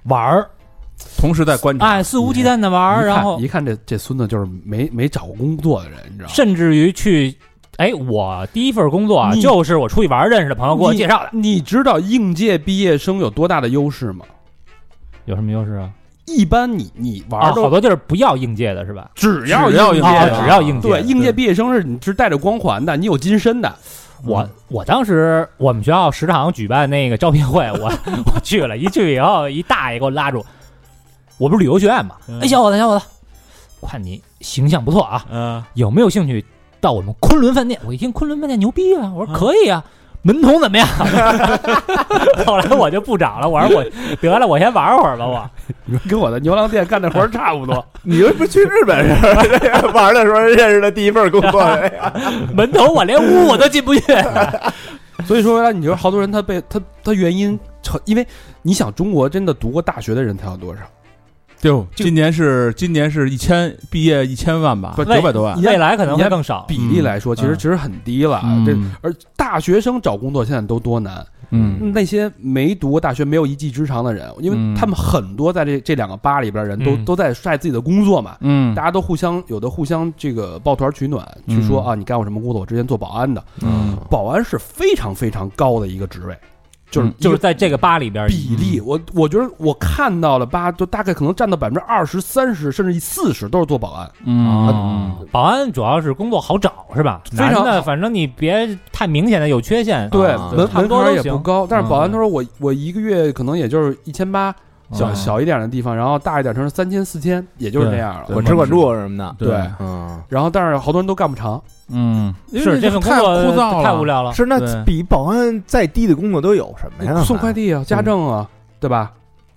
玩儿，
同时在观察，
哎，肆无忌惮的玩儿，
一看
然后
一看这这孙子就是没没找过工作的人，你知道吗？
甚至于去，哎，我第一份工作啊，
你
就是我出去玩儿认识的朋友给我介绍的，
你知道应届毕业生有多大的优势吗？
有什么优势啊？
一般你你玩
啊，
儿都
好多地儿不要应届的是吧？
只
要
要
应届
啊，
的
只要应届，
对应届毕业生是你是带着光环的，你有金身 的，
我我当时我们学校食堂举办那个招聘会，我 我去了，一去以后，一大爷给我拉住，我不是旅游学院嘛，哎，小伙子，小伙子，看你形象不错啊，
嗯
有没有兴趣到我们昆仑饭店？我一听昆仑饭店牛逼啊，我说可以啊。门童怎么样？ 后来我就不找了，我说我得了，我先玩会儿吧。我
跟我的牛郎店干的活儿差不 多。
你这不去日本是 玩 的时候认识的第一份工作，
门童我连屋我都进不去，
所以说来，你觉得好多人他被他他原因成，因为你想中国真的读过大学的人才有多少？
嗯就今年是今年是一千毕业一千万吧，
不
九百多万
你，
未来可能会更少。
比例来说，其实
嗯
其实很低了。这而大学生找工作现在都多难，
嗯
那些没读过大学、没有一技之长的人，因
嗯
为他们很多在这这两个吧里边人都、
嗯
都在晒自己的工作嘛，
嗯
大家都互相有的互相这个抱团取暖，去说
嗯
啊，你干过什么工作？我之前做保安的，
嗯
保安是非常非常高的一个职位，就是
嗯
一
就是
个
在这个吧里边，
比例，我我觉得我看到了吧，就大概可能占到百分之二十、三十，甚至四十都是做保安。
嗯
保安主要是工作好找是吧？
非常
男的，反正你别太明显的有缺陷。
对，
啊
门
差不
门
多
槛
都
也
行
不高，但是保安
嗯
他说我我一个月可能也就是一千八，小
嗯
小一点的地方，然后大一点城市三千四千，也就是这样了。
管吃管住什么的，
对
对
嗯，
然后但是好多人都干不长，
嗯，因为
是
那
这份工
太
作
枯燥了，
太无。聊了。
是那
啊对
比保安再低的工作都有什么哎呀？
送快，递啊、家政啊，对吧？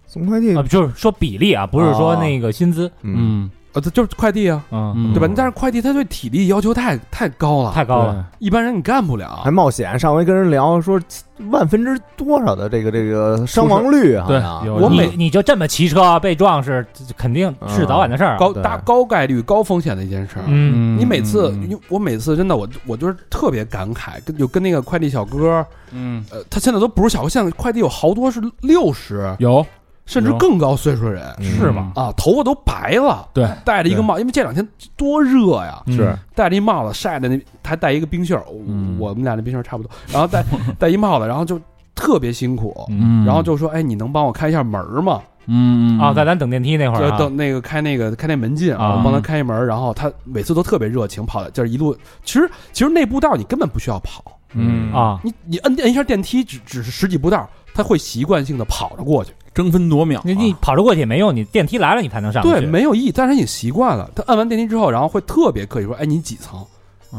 送快递
啊，，就是说比例啊，不是说那个薪资，
嗯，
嗯
呃，这就是快递啊，
嗯，
嗯，
对吧？但是快递他对体力要求太太高了，
太高了。
一般人你干不了
还。冒险。上回跟人聊说，万分之多少的这个这个伤亡率好
对
像，
有
哎我
你
每
你就这么骑车啊被撞是肯定是早晚的事儿啊。
高
对
大高概率、高风险的一件事儿。
嗯，
你每次，因为我每次真的我我就是特别感慨，跟就跟那个快递小哥，
嗯
呃，他现在都不是小哥，现在快递有好多是六十
有
甚至
有
更高岁数的人
是
吗？
啊，头发都白了，
对，
戴着一个
对
帽，因为这两天多热呀，
嗯
是
戴着一帽子晒的那，还戴一个冰袖儿，我
嗯
我们俩那冰袖儿差不多，然后戴 戴一帽子，然后就特别辛苦，
嗯，
然后就说，哎，你能帮我开一下门儿吗？
嗯
啊，在咱等电梯那会儿
就
啊，
等那个开那个开那门禁
啊
我帮他开一门儿，然后他每次都特别热情，跑就是一路，其实其实那步道你根本不需要跑，
嗯，
啊，
你你摁摁一下电梯，只只是十几步道，他会习惯性的跑着过去，
争分夺秒啊，
你你跑着过去也没用，你电梯来了你才能上去。
对，没有意义，但是你习惯了，他摁完电梯之后，然后会特别刻意说，哎，你几层？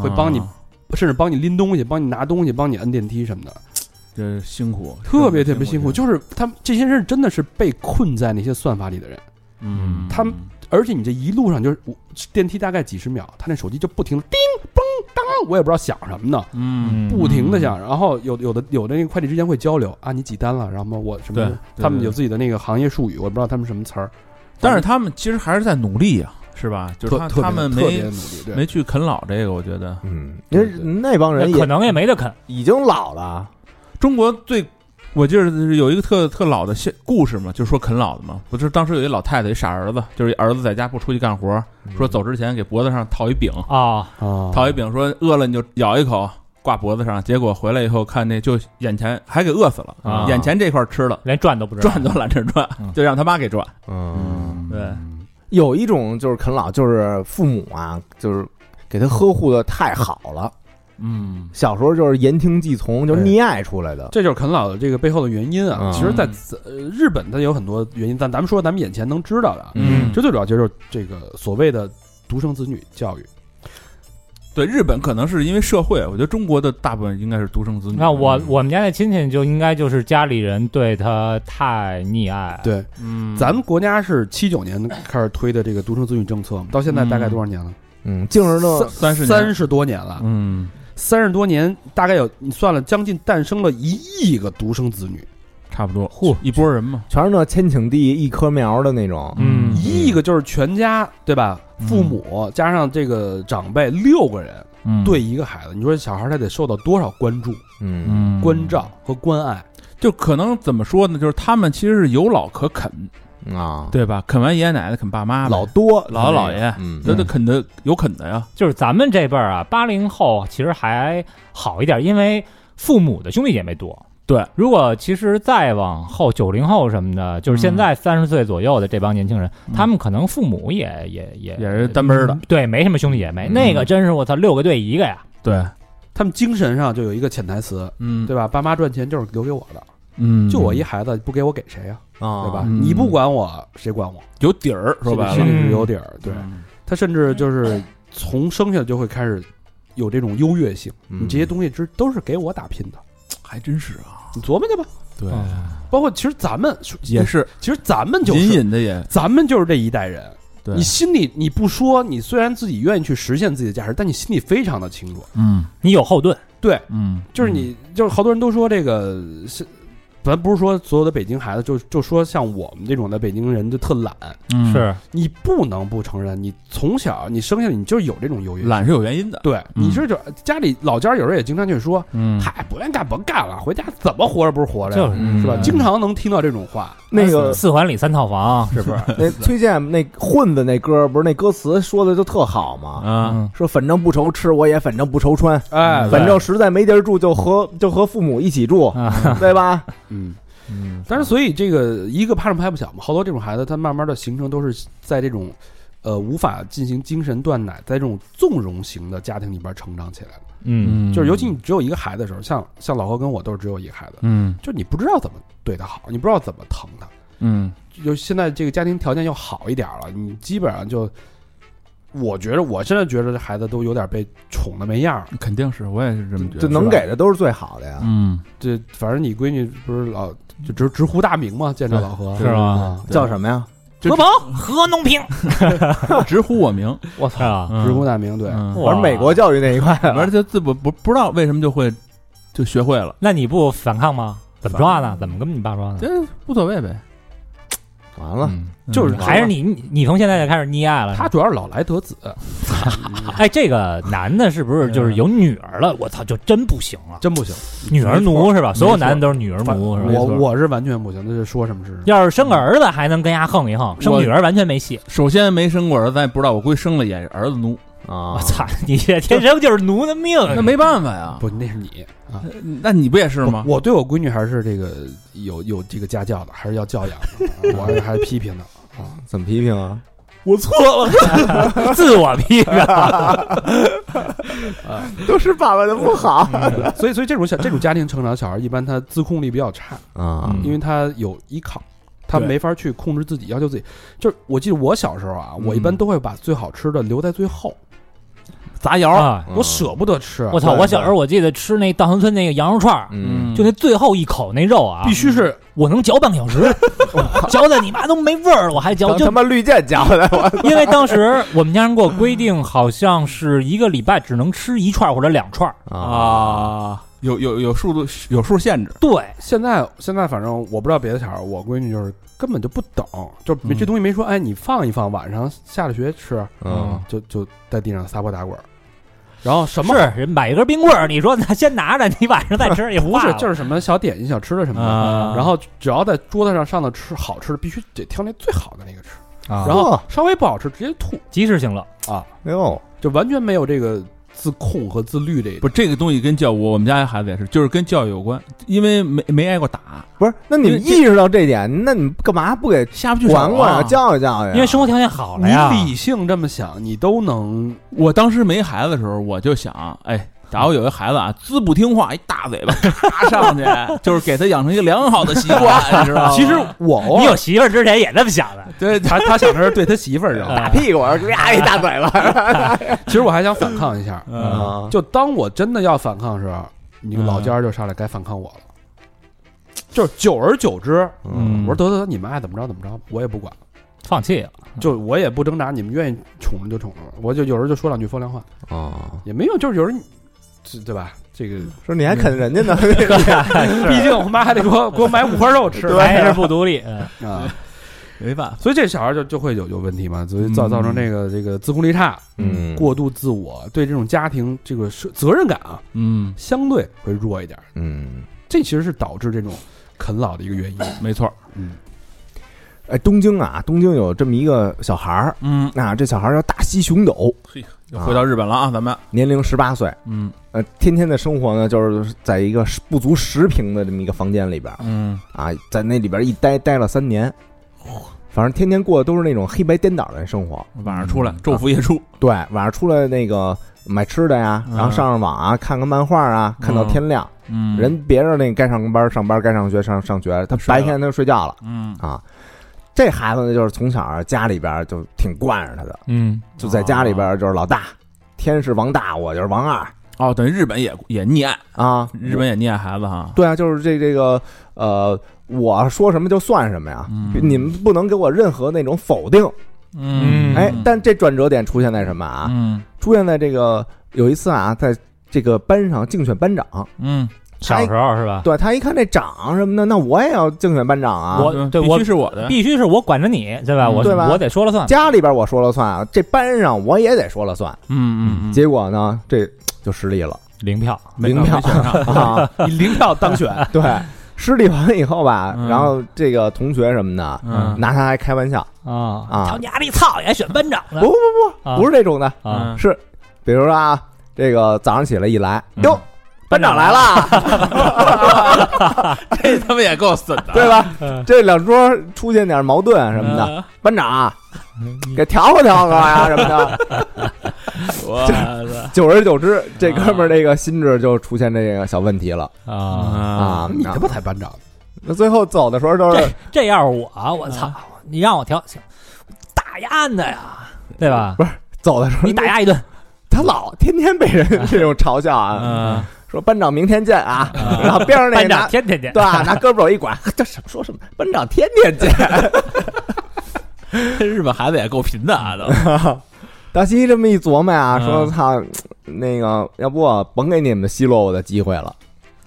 会帮你
啊
甚至帮你拎东西，帮你拿东西，帮你摁电梯什么的，
这辛苦，
特别特别辛苦。
真的
就是他们这些人真的是被困在那些算法里的人，
嗯，
他们而且你这一路上就是我电梯大概几十秒，他那手机就不停地叮嘣当，我也不知道响什么呢，
嗯
不停的响。然后有有的有的那个快递之间会交流啊，你几单了，然后我什么
对
的，
对
他们
对
有自己的那个行业术语，我也不知道他们什么词儿，
但是他们其实还是在努力呀，是吧？就是
特
他
特别
他们
特别努
没
力，对
没去啃老这个，我觉得
嗯，因为那帮人
那可
也
能也没得啃。
已经老了，
中国最。我记得有一个特特老的现故事嘛，就说啃老的嘛，不是当时有一老太太，一傻儿子，就是一儿子在家不出去干活，说走之前给脖子上套一饼，
啊，
啊，
套一饼说饿了你就咬一口挂脖子上，结果回来以后看那就眼前还给饿死了，
啊
眼前这块吃了
连转都不知道。
转都懒得转
嗯，
就让他妈给转。
嗯，
对，
有一种就是啃老，就是父母啊，就是给他呵护的太好了，
嗯
小时候就是言听计从，就是溺爱出来的。
这就是啃老的这个背后的原因啊。
嗯
其实在，呃日本，它有很多原因，但咱们说咱们眼前能知道的啊，
嗯
这最主要就是这个所谓的独生子女教育。
对，日本可能是因为社会，我觉得中国的大部分应该是独生子女。
那我我们家那亲戚就应该就是家里人对他太溺爱，，
对，
嗯，
咱们国家是七九年开始推的这个独生子女政策嘛，到现在大概多少年了？
嗯，竟是呢，
三十
三
十，
十多年了，
嗯，
三十多年，大概有你算了，将近诞生了一亿个独生子女，
差不多，嚯，一波人嘛，
全是那千顷地一棵苗的那种。
嗯
一亿个就是全家对吧？
嗯
父母加上这个长辈六个人
嗯，
对一个孩子，你说小孩他得受到多少关注、
嗯
嗯，
关照和关爱？
就可能怎么说呢？就是他们其实是有老可啃，
啊，
对吧？啃完爷爷奶奶，啃爸妈呗，
老多
老姥姥爷，
嗯，
那得啃的有啊啃的呀，
就是咱们这辈儿啊，八零后其实还好一点，因为父母的兄弟姐妹多。
对，
如果其实再往后，九零后什么的，就是现在三十岁左右的这帮年轻人，
嗯
他们可能父母也也也嗯
也是单奔儿的，
对，没什么兄弟姐妹，
嗯
那个真是我操，六个对一个呀，
对，
他们精神上就有一个潜台词，
嗯，
对吧？爸妈赚钱就是留给我的，
嗯，
就我一孩子，不给我给谁呀、
啊，
对吧？
嗯
你不管我，谁管我？
有底儿，说白
心
了，
里
嗯
是有底儿。对他甚至就是从生下来就会开始有这种优越性，
嗯
你这些东西之都是给我打拼的，
还真是啊，
你琢磨去吧。
对，
包括其实咱们
也，是
其实咱们就
隐
是
隐的也
咱们就是这一代人。
对
你心里你不说，你虽然自己愿意去实现自己的价值，但你心里非常的清楚。
嗯，
你有后盾，
对，
嗯，
就是你，就是好多人都说这个是，咱不是说所有的北京孩子，就就说像我们这种的北京人就特懒，
嗯
是
你不能不承认，你从小你生下来你就有这种优越感。
懒是有原因的，
对，
嗯
你是就家里老家有时候也经常去说，
嗯
嗨，不愿意干不干了，回家怎么活着不是活着呀，
就是
嗯
是吧？经常能听到这种话，
那个
四环里三套房是 不是？
那崔健那混子那歌，不是那歌词说的就特好吗？
啊，
说反正不愁吃，我也反正不愁穿，
哎，
反正实在没地儿住就和就和父母一起住，
啊，
对吧？
嗯。
嗯，
但是，所以这个一个巴掌拍不响嘛，好多这种孩子，他慢慢的形成都是在这种，呃，无法进行精神断奶，在这种纵容型的家庭里边成长起来的。
嗯，
就是尤其你只有一个孩子的时候，像像老何跟我都是只有一个孩子，
嗯
就你不知道怎么对他好，你不知道怎么疼他。
嗯
就现在这个家庭条件要好一点了，你基本上就，我觉得我现在觉得这孩子都有点被宠的没样儿。
肯定是，我也是这么觉得，
这能给的都是最好的呀。
嗯
这反正你闺女不是老就直直呼大名嘛，见着老何
是吧？
啊
叫什么呀？
何鹏何农平，
直呼我名，
我操，
嗯
直呼大名，对，
嗯
哇
我是美国教育那一块 了，
而且自不不不知道为什么就会就学会了，
那你不反抗吗？怎么抓呢？怎么跟你爸抓呢？
这无所谓呗，
完了，嗯
就是
还 是你你你从现在就开始溺爱了？
他主要是老来得子，
哎，这个男的是不是就是有女儿了？我操，就真不行了，
真不行。
女儿奴是吧？
错
所有男的都是女儿奴是吧？
我我是完全不行，那就说什么是什么。
要是生个儿子还能跟丫横一横，生女儿完全没戏。
首先没生过儿子，咱也不知道，我估计生了也是儿子奴，
啊
我！操，你这天生就是奴的命。
那没办法呀。
不，那是你啊，
嗯那你不也是吗？
我我对我闺女还是这个有有这个家教的，还是要教养的， 啊我还是还是批评的。
怎么批评啊？
我错 了，自我批评。
啊都是爸爸的不好
所以，所以这种小这种家庭成长的小孩，一般他自控力比较差，
啊
因为他有依靠，他
嗯对
没法去控制自己，要求自己。就是我记得我小时候啊，我一
嗯
般都会把最好吃的留在最后，
砸窑儿，
啊！
我舍不得吃，
我操！
对
我小时候我记得吃那稻香村那个羊肉串儿，
嗯，
就那最后一口那肉啊
必，须是
我能嚼半个小时，嚼的你妈都没味儿了，我还嚼，
当
就
他妈绿箭夹回来我，
因为当时我们家人给我规定，好像是一个礼拜只能吃一串儿或者两串儿。
啊，有有有数度有数限制，
对，
现在现在反正我不知道别的小孩，我闺女就是根本就不等，就没
嗯
这东西没说，哎，你放一放，晚上下了学吃，
嗯，
就就在地上撒泼打滚儿，然
啊
后什么
是人买一根冰棍儿，你说那先拿着，你晚上再吃也
不是就是是什么小点心、小吃的什么的，
啊
然后只要在桌子上上的吃好吃的，必须得挑那最好的那个吃，
啊
然
然后
哦
稍微不好吃直接吐
及时行乐。
啊，
哎呦，
就完全没有这个自控和自律这一
不，这个东西跟教我我们家孩子也是，就是跟教育有关，因为没没挨过打，
不是，那你们意识到这点，那你们干嘛不给
下不去手啊
管管啊，教育教育啊？
因为生活条件好了哎呀，
你理性这么想，你都能
我当时没孩子的时候，我就想，哎，假如有一孩子啊，滋不听话，一大嘴巴咔上去， 就是给他养成一个良好的习惯，你知道吗？
其实我偶
你
尔
有媳妇儿之前也这么想的。
对他他想的是对他媳妇儿，知道吧
啊
屁股呀一大嘴巴
其实我还想反抗一下，
嗯，
啊
就当我真的要反抗的时候，你
嗯
老家儿就上来该反抗我了。就是久而久之，
嗯
我说得得得，你们爱怎么着怎么着吧，我也不管了，
放弃了，
就我也不挣扎，你们愿意宠着就宠着吧，我就有时候就说两句风凉话，
啊，
也没用，就是有人，这对吧？这个
说你还啃人家呢，
毕竟我妈还得给我给我买五花肉吃
啊
还是不独立。嗯
啊，
没办法，
所以这小孩就就会有有问题嘛，所以造
嗯
造成这个这个自控力差，
嗯
过度自我，对这种家庭这个是责任感啊，
嗯，
相对会弱一点，
嗯，
这其实是导致这种啃老的一个原因。
没错，
嗯，
哎，东京啊，东京有这么一个小孩儿，
嗯，
那这小孩儿叫大西熊斗，
又回到日本了啊，咱们，
年龄十八岁，
嗯
呃，天天的生活呢，就是在一个不足十平的这么一个房间里边儿
嗯，
啊，在那里边儿一待待了三年，反正天天过的都是那种黑白颠倒的生活。
晚上出来昼伏夜出，
对，晚上出来那个买吃的呀，
嗯
然后上上网啊，看看漫画啊，看到天亮。
嗯，
人别人那该上班上班，该上学上上学，他
睡了
白天他就睡觉了
嗯
啊。这孩子呢，就是从小啊家里边就挺惯着他的，
嗯，
就在家里边就是老大，天是王大，我就是王二
哦，等于日本也也溺爱，
啊。
日本也溺爱孩子哈，
对啊，就是这这个呃，我说什么就算什么呀，
嗯
你们不能给我任何那种否定。
嗯
哎哎，但这转折点出现在什么啊？
嗯
出现在这个有一次啊，在这个班上竞选班长，
嗯，
小时候是吧？
对他一看这长什么的，那我也要竞选班长啊。
我对
必
我
须是我嗯的，
必须是我管着你，对吧？
嗯
我
对吧
我得说了算。
家里边我说了算啊，这班上我也得说了算。
嗯嗯嗯，
结果呢，这就失利了
零票，
没
零票
没选上，
啊。
以零票当选，
对，失利完了以后吧，
嗯
然后这个同学什么的
嗯
拿他还开玩笑
啊
啊
瞧，你丫这操也选班长
不
呢
不，不
啊
不，不是这种的，
啊！
嗯
是比如说啊，这个早上起来一来，
嗯
哟，班长来了，
这他妈也够损的，
对吧？这两桌出现点矛盾啊什么
嗯
的，班长啊给调和调和 呀什么的。
我
久而久之，这哥们儿这个心智就出现这个小问题了
啊，
啊。
你他妈才班长，
那最后走的时候都是嗯
这要是我，我
我
操
操，，
你让我调，行
大丫的呀！
对吧？
走的时候
你，打压一顿，
他老天天被人这种嘲笑啊，
嗯
说班长明天见啊，然后边上那
班
个
长
拿
天天见
对，吧，拿胳膊肘一拐， 这什么说什么班长天天见。
日本孩子也够贫的 啊，都
大西这么一琢磨啊，
嗯
说操，那个要不我甭给你们奚落我的机会了，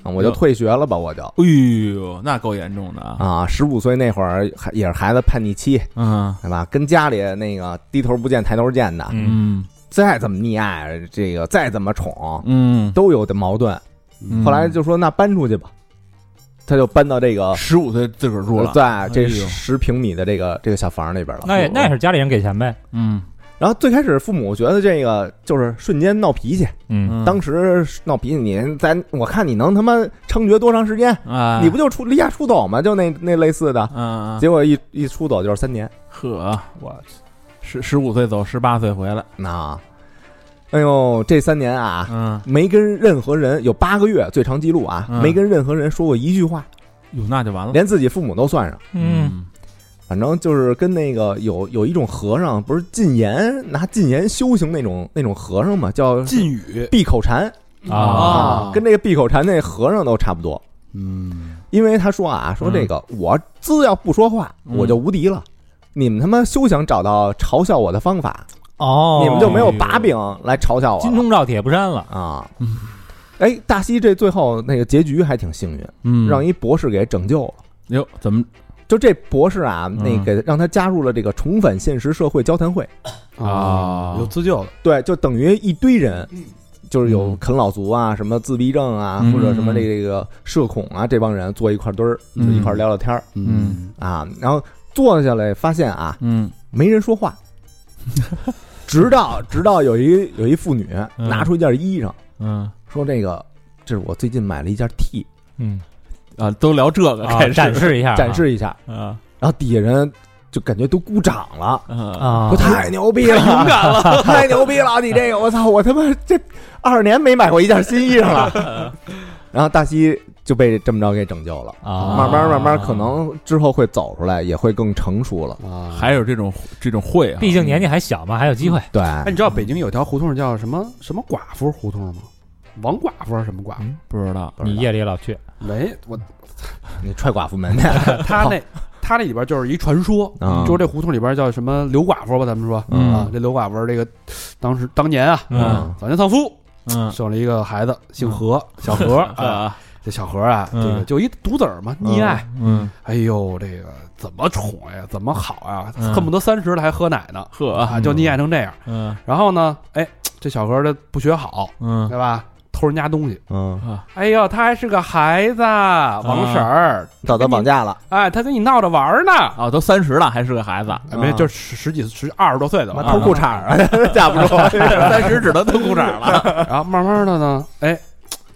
啊我就
哟
退学了吧，我就
哎呦，那够严重的啊！
啊，十五岁那会儿还也是孩子叛逆期，
嗯
对吧？跟家里那个低头不见抬头见的，
嗯
再怎么溺爱，这个再怎么宠，
嗯，
都有的矛盾。后来就说那搬出去吧，他就搬到这个
十五岁自个儿住了，
嗯在这
哎呦
十平米的这个这个小房里边了。
那也那也是家里人给钱呗。
嗯
然后最开始父母觉得这个就是瞬间闹脾气，
嗯，
当时闹脾气，你咱我看你能他妈猖獗多长时间？
啊，
你不就出离家出走吗？就那那类似的，
嗯，
结果一一出走就是三年。
呵，我十十五岁走，十八岁回来，
那，哎呦，这三年啊，
嗯，
没跟任何人有八个月最长记录啊，
嗯
没跟任何人说过一句话，
哟，那就完了，
连自己父母都算上。
嗯，
反正就是跟那个有有一种和尚，不是禁言拿禁言修行那种那种和尚嘛，叫
禁语
闭口禅
啊
跟这个闭口禅那和尚都差不多。
嗯，
因为他说啊，说这个、我只要不说话，
嗯
我就无敌了。你们他妈休想找到嘲笑我的方法，
哦，哎
你们就没有把柄来嘲笑我
金
了
钟罩铁布衫了。
啊
嗯！
哎，大西这最后那个结局还挺幸运，
嗯，
让一博士给拯救了。
哟，怎么
就这博士啊，
嗯
那给让他加入了这个重返现实社会交谈会，
啊
有自救的，
对，就等于一堆人，就是有
嗯
啃老族啊，什么自闭症啊，
嗯
或者什么这个社恐啊，这帮人坐一块堆儿，就
嗯
一块聊聊天儿
嗯
啊，然后坐下来发现啊，
嗯
没人说 话，直到直到有一有一妇女
嗯
拿出一件衣裳，
嗯
说这个这是我最近买了一件 T，
嗯，
啊，都聊这个
啊
开始
展示一下啊，
展示一下，
啊
然后底下人就感觉都鼓掌了。
啊
啊
说，太牛逼了，勇敢了， 太牛逼了！你这个，我操，我他妈这二十年没买过一件新衣裳了。然后大西就被这么着给拯救了，
啊，
慢慢慢慢，可能之后会走出来，也会更成熟了。
啊，
还有这种这种会啊，
毕竟年纪还小嘛，还有机会。
对，
哎，你知道北京有条胡同叫什么什么寡妇胡同吗？王寡妇还是什么寡妇？
不知道，
你夜里老去
嗯
没，我
你踹寡妇门去，
他那他那里边就是一传说，
啊
就是这胡同里边叫什么刘寡妇吧，咱们说
嗯
啊，这刘寡妇这个当时当年啊，
嗯
早年丧夫，
嗯
生了一个孩子，姓何，小何啊，
啊，
这小何啊，这
嗯
个就一独子儿嘛，溺爱，
嗯
哎呦，这个怎么宠呀，怎么好呀
嗯，
恨不得三十了还喝奶呢，
呵
啊，就溺爱成这样。
嗯
然后呢，哎，这小何这不学好，
嗯
对吧？偷人家东西，
嗯，
哎呦，他还是个孩子，王婶儿，
嗯
找他绑架了，
哎，他跟你闹着玩儿呢，
啊，都三十了还是个孩子，
哎没，
啊
就十十几十二十多岁的
妈
吧，
偷裤衩儿啊， 架不住。
三十只能蹬裤衩了，
然后慢慢的呢，哎，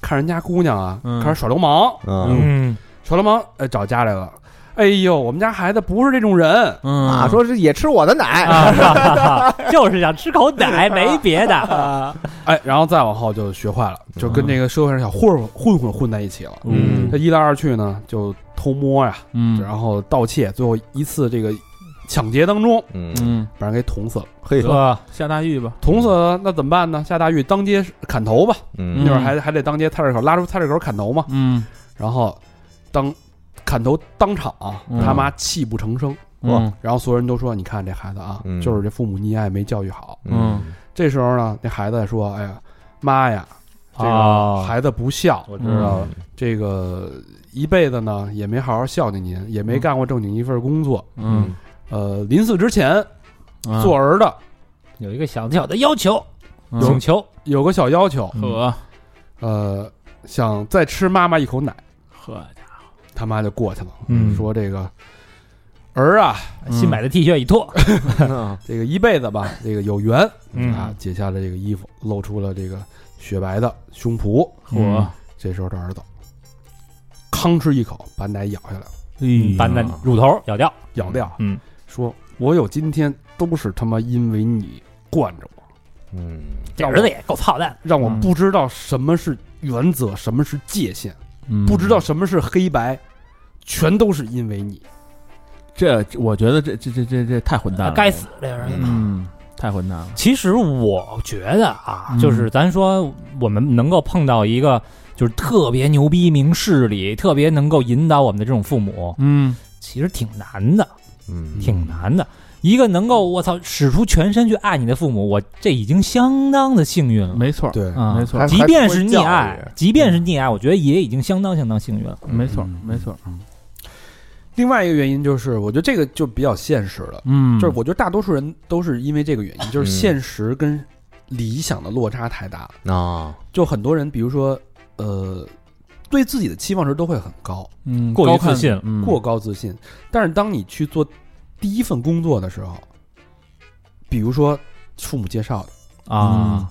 看人家姑娘啊，
嗯
开始耍流氓，
嗯
嗯，
耍流氓，哎，找家来了，哎呦，我们家孩子不是这种人，
嗯
啊，说是也吃我的 奶，
嗯啊，就是想吃口奶，没别
啊
的。啊
哎，然后再往后就学坏了，就跟这个社会上小混混混混混在一起了。
嗯
这一来二去呢，就偷摸呀、
嗯
然后盗窃，最后一次这个抢劫当中，
嗯，
嗯，
把人给捅死了。
嘿，
啊，
下大狱吧，
捅死了，那怎么办呢？下大狱当街砍头吧，那
嗯
会儿还还得当街菜市口拉出菜市口砍头嘛。
嗯
然后当砍头当场啊、
嗯
他妈泣不成声。
嗯
然后所有人都说：“你看这孩子啊，
嗯
就是这父母溺爱没教育好。
嗯
嗯，”
这时候呢，那孩子说：“哎呀，妈呀，这个
啊
哦
孩子不孝，嗯
我知道了，
这个一辈子呢也没好好孝敬您，也没干过正经一份工作。
嗯，
呃，临死之前
啊
做儿的
有一个小小的要求，
嗯
请求
有个小要求，
呵啊
呃，想再吃妈妈一口奶，
呵家伙，
他妈就过去了，
嗯
说这个儿啊，
嗯
新买的 T 恤一脱，
嗯
这个一辈子吧，这个有缘
嗯
啊，解下了这个衣服，露出了这个雪白的胸脯。
呵，
这时候，这儿子吭哧一口把奶咬下来了，
嗯
哎
把那乳头咬掉，
咬掉，
嗯，
说我有今天都是他妈因为你惯着我，
嗯，
这儿子也够操蛋的。
让我
嗯
不知道什么是原则，什么是界限，
嗯
不知道什么是黑白，全都是因为你。
这，我觉得这这这这这太混蛋了，
该死，这人！
嗯，太混蛋了，
其实我觉得啊，
嗯
就是咱说我们能够碰到一个就是特别牛逼明事理，特别能够引导我们的这种父母，
嗯
其实挺难的，
嗯，
挺难的。一个能够我操使出全身去爱你的父母，我这已经相当的幸运了。
没错，
对
啊，
没错
还
即便是溺
还不会教
爱，即便是溺爱，我觉得也已经相当相当幸运了。
没错，
嗯
没错，
另外一个原因就是，我觉得这个就比较现实了，
嗯，
就是我觉得大多数人都是因为这个原因，就
嗯
是现实跟理想的落差太大了。
啊，
就很多人，比如说，呃，对自己的期望值都会很高，
嗯
过于
高看
自信了
嗯
过高自信。但是当你去做第一份工作的时候，比如说父母介绍的，
啊，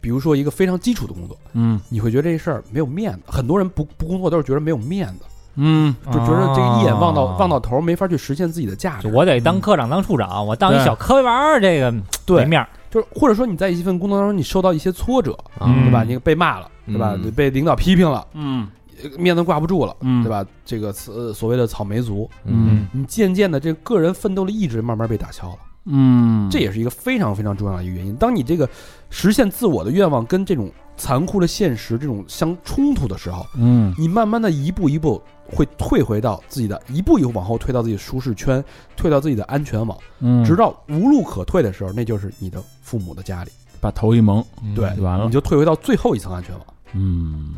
比如说一个非常基础的工作，
嗯
你会觉得这事儿没有面子。很多人不不工作都是觉得没有面子，
嗯
就觉得这个一眼望到、
啊
望到头，没法去实现自己的价值
就。我得当科长、当处长，我当一
对
小科员儿，这个没
对，
面儿。
就是或者说你在一份工作当中，你受到一些挫折，
嗯
对吧？你被骂了，对吧？
嗯
被领导批评了，
嗯
呃面子挂不住了，
嗯
对？吧？这个呃所谓的草莓族，
嗯
你渐渐的这个个人奋斗的意志慢慢被打消了。
嗯，
这也是一个非常非常重要的一个原因。当你这个实现自我的愿望跟这种残酷的现实这种相冲突的时候，
嗯
你慢慢的一步一步会退回到自己的，一步一步往后退到自己的舒适圈，退到自己的安全网，
嗯，
直到无路可退的时候，那就是你的父母的家里，
把头一蒙，
对
嗯
就完了
你，就退回到最后一层安全网。
嗯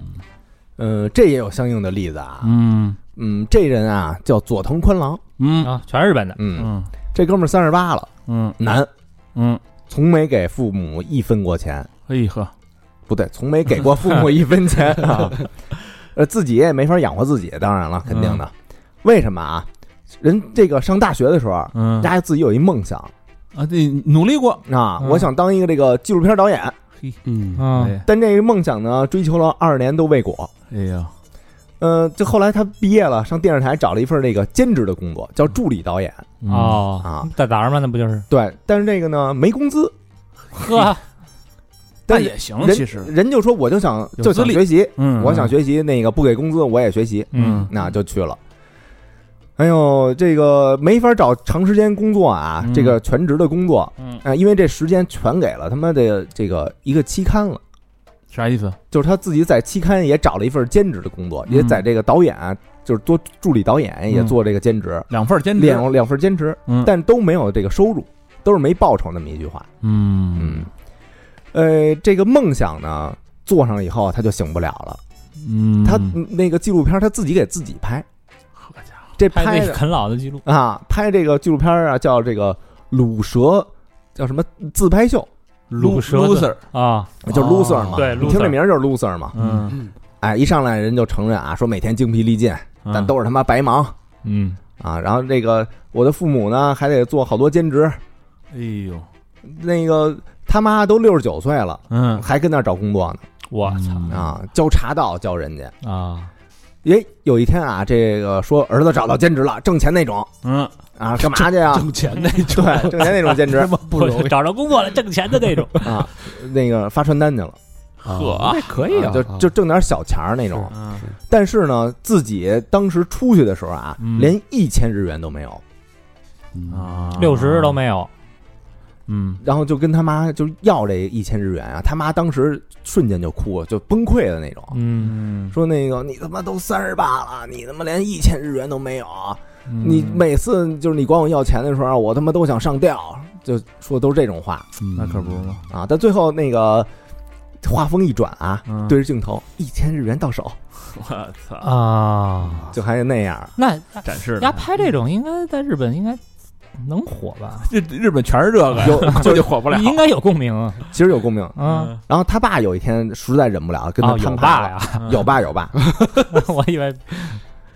呃，这也有相应的例子啊，
嗯
嗯，这人啊叫佐藤宽郎，
嗯
啊，全是日本的，
嗯，
嗯
这哥们儿三十八了，
嗯
男，
嗯，
从没给父母一分过钱，
嘿呵，
不对，从没给过父母一分钱 啊，呃，自己也没法养活自己，当然了，
嗯
肯定的，为什么啊？人这个上大学的时候，啊
嗯
大家自己有一梦想
啊，得努力过，
啊，
嗯
我想当一个这个纪录片导演，
嗯
嗯，
哎
但这个梦想呢，追求了二十年都未果。
哎呀，
呃，就后来他毕业了，上电视台找了一份那个兼职的工作，叫助理导演
嗯，
哦，
啊。
大早上嘛，那不 就是
对，但是这个呢没工资，
呵，
那
但
也行，
人
其实，
人就说我就想
有
就
资
想
历
学习，
嗯，
我想学习，那个不给工资我也学习，
嗯，
那就去了。哎呦，这个没法找长时间工作啊，
嗯
这个全职的工作啊、
嗯
因为这时间全给了他妈的这个一个期刊了。
啥意思？
就是他自己在期刊也找了一份兼职的工作，
嗯
也在这个导演啊就是做助理导演，也
嗯
做这个兼职，
两份儿兼职，
两两份兼职，
嗯
但都没有这个收入，都是没报酬那么一句话。
嗯，
呃，这个梦想呢，做上以后他就醒不了了。
嗯，
他那个纪录片他自己给自己拍，
好家伙，
这
拍那
的
啃老的记录
啊，拍这个纪录片啊，叫这个鲁蛇，叫什么自拍秀，
鲁蛇的
loser，
啊，
哦
叫 loser 嘛。
对
你听这
loser
名儿就是 loser 嘛。
嗯，
嗯
哎，一上来人就承认啊，说每天精疲力尽，
嗯
但都是他妈白忙
嗯，
啊。然后这个我的父母呢，还得做好多兼职，
哎呦，
那个他妈都六十九岁了，
嗯，
还跟那儿找工作呢
我操
嗯，
啊，教茶道教人家。
啊，
哎，有一天啊，这个说儿子找到兼职了，挣钱那种
嗯，
啊，干嘛去啊？
挣钱那种
对，挣钱那种兼职
他妈 不容易
找着工作了，挣钱的那种
啊，那个发传单去了，
啊，那可以啊，
就就挣点小钱儿那种。但是呢，自己当时出去的时候啊，
嗯
连一千日元都没有，
啊，
六十都，没有，
嗯
然后就跟他妈就要这一千日元啊，他妈当时瞬间就哭，就崩溃的那种，
嗯，
嗯，
说那个你他妈都三十八了，你他妈连一千日元都没有，啊
嗯
你每次就是你管我要钱的时候，我他妈都想上吊，就说都是这种话
嗯那可不是吗？
啊。但最后那个话锋一转啊，
嗯
对着镜头，一千日元到手，
我操，
啊，
就还是那样。
那
嗯展示
丫
的，
拍这种应该在日本应该能火吧？
这日本全是这个，
有
这就火不了。
应该有共鸣啊
其实有共鸣。
啊！
然后他爸有一天实在忍不了，跟他
哦
摊
有
牌
爸
了。
呀，
啊 嗯
有爸有爸，
我以为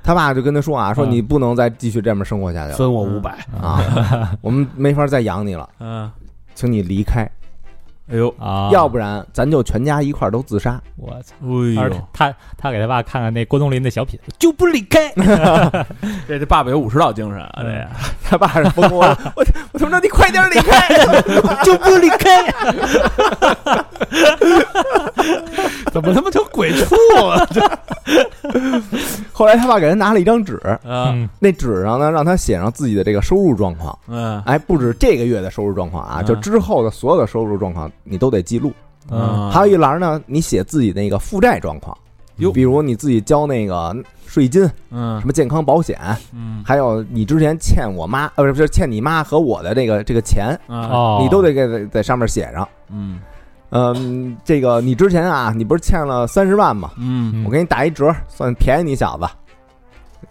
他爸就跟他说啊，
嗯
说你不能再继续这么生活下去了
分我五百，
啊，我们没法再养你了，
嗯，
请你离开，
哎呦，
啊，
要不然咱就全家一块儿都自杀。
我操！
哎
而且
呦，
他他给他爸看看那郭冬临的小品，
就不离开。
这这爸爸有武士道精神啊，这个
他爸是疯了， 我我他妈说你快点离开，
就不离开，
怎么他妈成鬼畜？
后来他爸给他拿了一张纸，
啊，
嗯
那纸上呢让他写上自己的这个收入状况，
嗯
哎，不止这个月的收入状况啊，
嗯
就之后的所有的收入状况你都得记录。
嗯，
还有一栏呢，你写自己那个负债状况，
哟
比如你自己交那个税金、什
嗯
么健康保险，
嗯
还有你之前欠我妈，呃，不是欠你妈和我的这个这个钱，
啊，
哦，
你都得给在在上面写上。
嗯
嗯，这个你之前啊，你不是欠了三十万吗？
嗯
我给你打一折，算便宜你小子，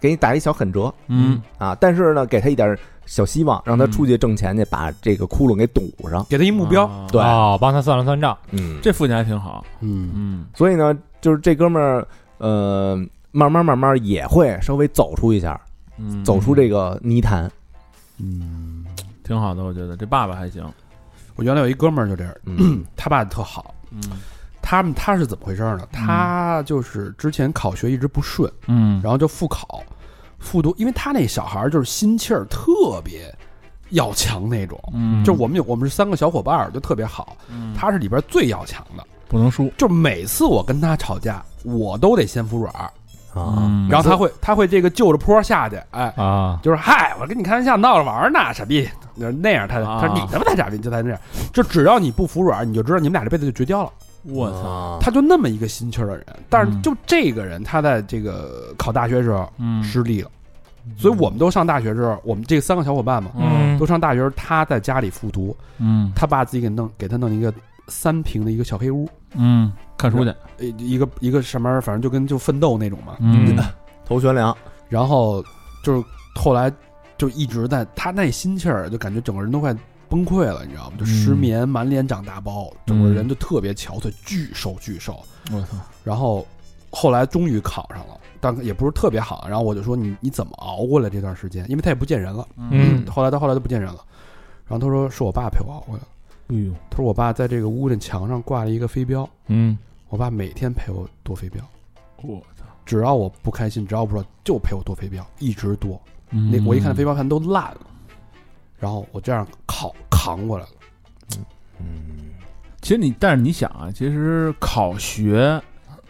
给你打一小狠折
嗯，
啊！但是呢，给他一点小希望，让他出去挣钱去，把这个窟窿给堵上。
给他一目标，
啊
对
哦，帮他算了算账，
嗯，
这父亲还挺好，
嗯，
嗯
所以呢，就是这哥们儿，呃，慢慢慢慢也会稍微走出一下，
嗯，
走出这个泥潭。
嗯，
挺好的，我觉得这爸爸还行，
我原来有一哥们儿就这样，
嗯
他爸特好。
嗯
他们他是怎么回事呢？他就是之前考学一直不顺，
嗯
然后就复考，复读，因为他那小孩儿就是心气儿特别要强那种。
嗯，
就我们有我们是三个小伙伴儿，就特别好，他是里边最要强的。
不能输，
就每次我跟他吵架，我都得先服软儿，
啊，
嗯
然后他会他会这个就着坡下去，哎，
啊，
就是嗨，我跟你开玩笑，闹着玩儿呢，傻逼，就是那样他
啊
他说你他妈太傻逼，就他那样，就只要你不服软儿，你就知道你们俩这辈子就绝交了。
我操，
操
他就那么一个心气儿的人，但是
嗯
就这个人，他在这个考大学时候
嗯
失利了，所以我们都上大学之后，我们这三个小伙伴嘛，
嗯
都上大学时候，他在家里复读，
嗯
他爸自己给弄给他弄一个三平的一个小黑屋，
嗯，看书去，
呃，一个一个什么，反正就跟就奋斗那种嘛。
嗯
头悬梁，
然后就是后来就一直在他那心气儿，就感觉整个人都快崩溃了，你知道吗？就失眠，满脸长大包，整个人就特别憔悴，巨瘦巨瘦。
嗯我操，
然后后来终于考上了，但也不是特别好。然后我就说你你怎么熬过来这段时间？因为他也不见人了。
嗯
后来到后来就不见人了。然后他说是我爸陪我熬过来的。
哎呦，
他说我爸在这个屋的墙上挂了一个飞镖，
嗯，
我爸每天陪我剁飞镖，
我操，
只要我不开心，只要我不知道，就陪我剁飞镖，一直剁。
那
那我一
嗯
看飞镖盘都烂了，然后我这样扛扛过来了。
嗯，
其实你，但是你想啊，其实考学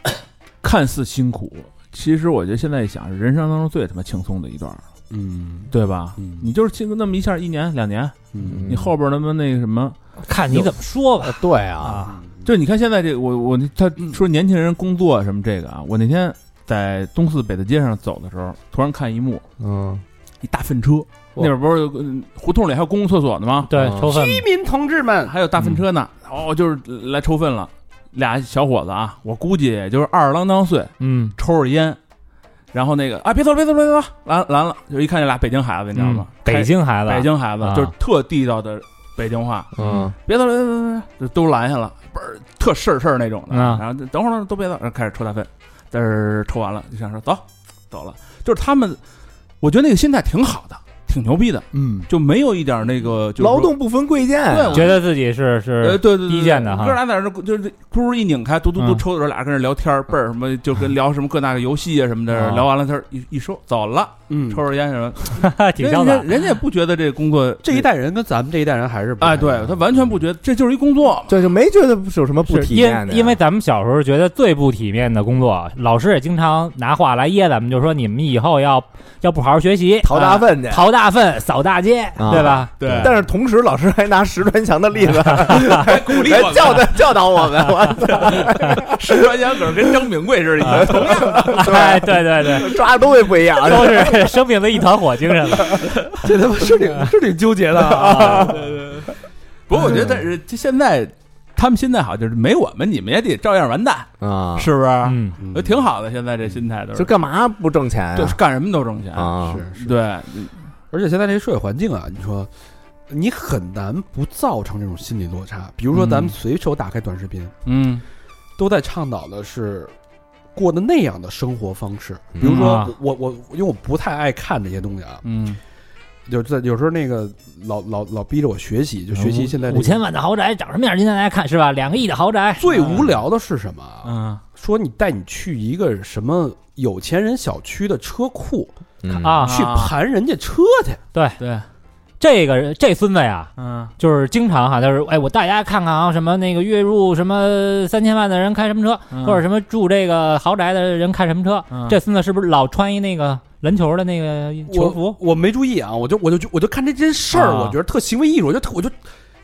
看似辛苦，其实我觉得现在一想是人生当中最他妈轻松的一段儿，
嗯
对吧？
嗯
你就是轻松那么一下，一年两年，
嗯
你后边他妈那个什么，
看你怎么说吧
对啊，
啊，
就是你看现在这我我他说年轻人工作什么这个啊，我那天在东四北大街上走的时候，突然看一幕，
嗯，
一大粪车，那边不是有个嗯胡同里还有公共厕所呢吗？
对
啊，
抽粪
居民同志们，
还有大粪
嗯
车呢，哦，就是来抽粪了，俩小伙子啊，我估计也就是二十郎当岁。
嗯
抽着烟，然后那个啊，别走了，别走了，别走了，完了完了，就一看这俩北京孩子，你知道吗？开
嗯北京孩子，
北京孩子
啊
就是特地道的北京话，
嗯，
别走了，别走了别走了，就都拦下了，倍儿特事儿事儿那种的。
啊
然后就等会儿都别走，然后开始抽大粪，嘚儿抽完了就想说走，走了，就是他们，我觉得那个心态挺好的，挺牛逼的，
嗯，
就没有一点那个就是说
劳动不分贵贱啊，
对我
觉得自己是
呃，
是
对对对，
低贱的哈
哥俩在那儿就是箍一拧开，嘟嘟嘟
嗯
抽的时候，俩人跟那聊天儿倍儿什么，就跟聊什么各大个游戏啊什么的，
哦
聊完了他一一说走了，
嗯
抽着烟什么，
挺潇
人家
洒，
人家也不觉得这工作
这一代人跟咱们这一代人还是不
哎，
太一样
对他完全不觉得这就是一工作，
这就没觉得是有什么不
是
体
因
面的呀，
因为咱们小时候觉得最不体面的工作，老师也经常拿话来噎咱们，就说你们以后要要不好好学习，
淘大粪去
啊，。淘大粪，扫大街，
啊
对吧？
对
但是同时，老师还拿石川祥的例子
鼓励
来教导教导我 们，我
石川烟可是跟张炳 贵似的，同样
哎， 对对 对，
抓的东西不一样。
都是 生命的一团火精神 了。
这 他妈是挺是挺纠结的啊。
不过我觉得，但是现在他们心态好，就是没我们你们也得照样完蛋，
啊，
是不是？
嗯，
嗯
哎都挺好的，现在这心态都，
就是干嘛不挣钱啊
对，干什么都挣钱。
啊？
是是，
对，
而且现在这社会环境啊，你说你很难不造成这种心理落差。比如说，咱们
嗯
随手打开短视频，
嗯
都在倡导的是过的那样的生活方式。比如说
嗯啊
我，我我因为我不太爱看这些东西啊，
嗯，
就是在有时候那个老老老逼着我学习，就学习现在这个
五千嗯万的豪宅长什么样？今天大家看是吧？两个亿的豪宅，
最无聊的是什么啊？
嗯
说你带你去一个什么有钱人小区的车库
嗯
啊！
去盘人家车去，
对，
这个这孙子呀，
嗯
就是经常哈，他说：“哎，我带大家看看啊，什么那个月入什么三千万的人开什么车，
嗯
或者什么住这个豪宅的人开什么车。
嗯
这孙子是不是老穿一那个篮球的那个球服
我？我没注意啊，我就我就我就看这件事儿，
啊
我觉得特行为艺术，我就特我就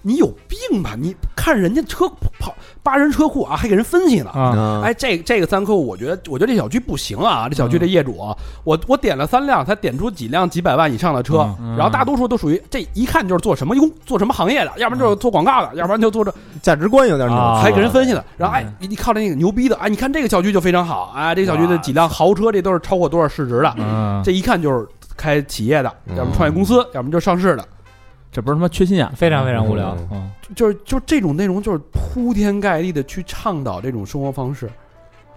你有病吧？你看人家车跑八人车库啊，还给人分析呢。
啊，
啊
哎，这这个三客户，我觉得我觉得这小区不行啊，这小区
嗯
这业主啊，我我点了三辆，才点出几辆几百万以上的车，
嗯
然后大多数都属于这一看就是做什么工做什么行业的，要不然
嗯
就是做广告的，要不然就做这
价值观有点扭曲
啊
了，
还给人分析呢。然后哎
嗯，
你你靠着那个牛逼的，哎，你看这个小区就非常好，哎，这个小区的几辆豪车，这都是超过多少市值的，
嗯，
这一看就是开企业的，
嗯
要么创业公司，要么就上市的，
这不是他妈缺心眼，
非常非常无聊。嗯，
就就是就这种内容就是铺天盖地的去倡导这种生活方式。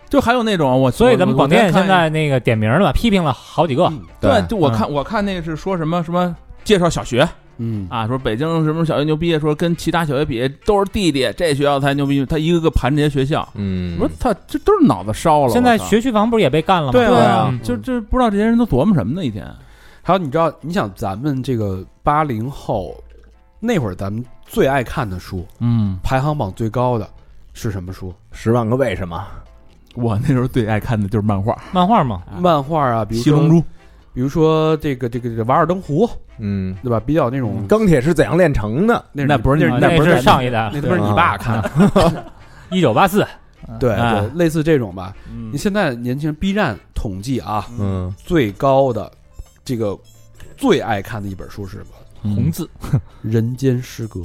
就还有那种我，
所以
我
咱们广
我
电
看
现在那个点名了吧，批评了好几个。
嗯
对，就我看我看那个是说什么什么。介绍小学
嗯
啊，说北京什么小学牛逼，说跟其他小学比都是弟弟，这学校才牛逼。他一个个盘这些学校，
嗯，
我说他这都是脑子烧了。
现在
我操
学区房不是也被干了吗？
对
对啊
啊，就这不知道这些人都琢磨什么呢？一天，
还有你知道，你想咱们这个八零后那会儿，咱们最爱看的书，
嗯，
排行榜最高的是什么书？
十万个为什么
我那时候最爱看的就是漫画
漫画嘛，
啊
漫画啊，
《
比如
七
说
龙珠》，
比如说这个这个这个《瓦尔登湖》，
嗯，
对吧？比较那种
钢铁是怎样炼成的？
那
那不是
那
你那不是
是上一代
那不是
了，
你爸看的，
一九八四。
对
哎
对，类似这种吧。
嗯
你现在年轻人 B 站统计啊，
嗯，
最高的这个最爱看的一本书是什么？
红字
《人间失格》，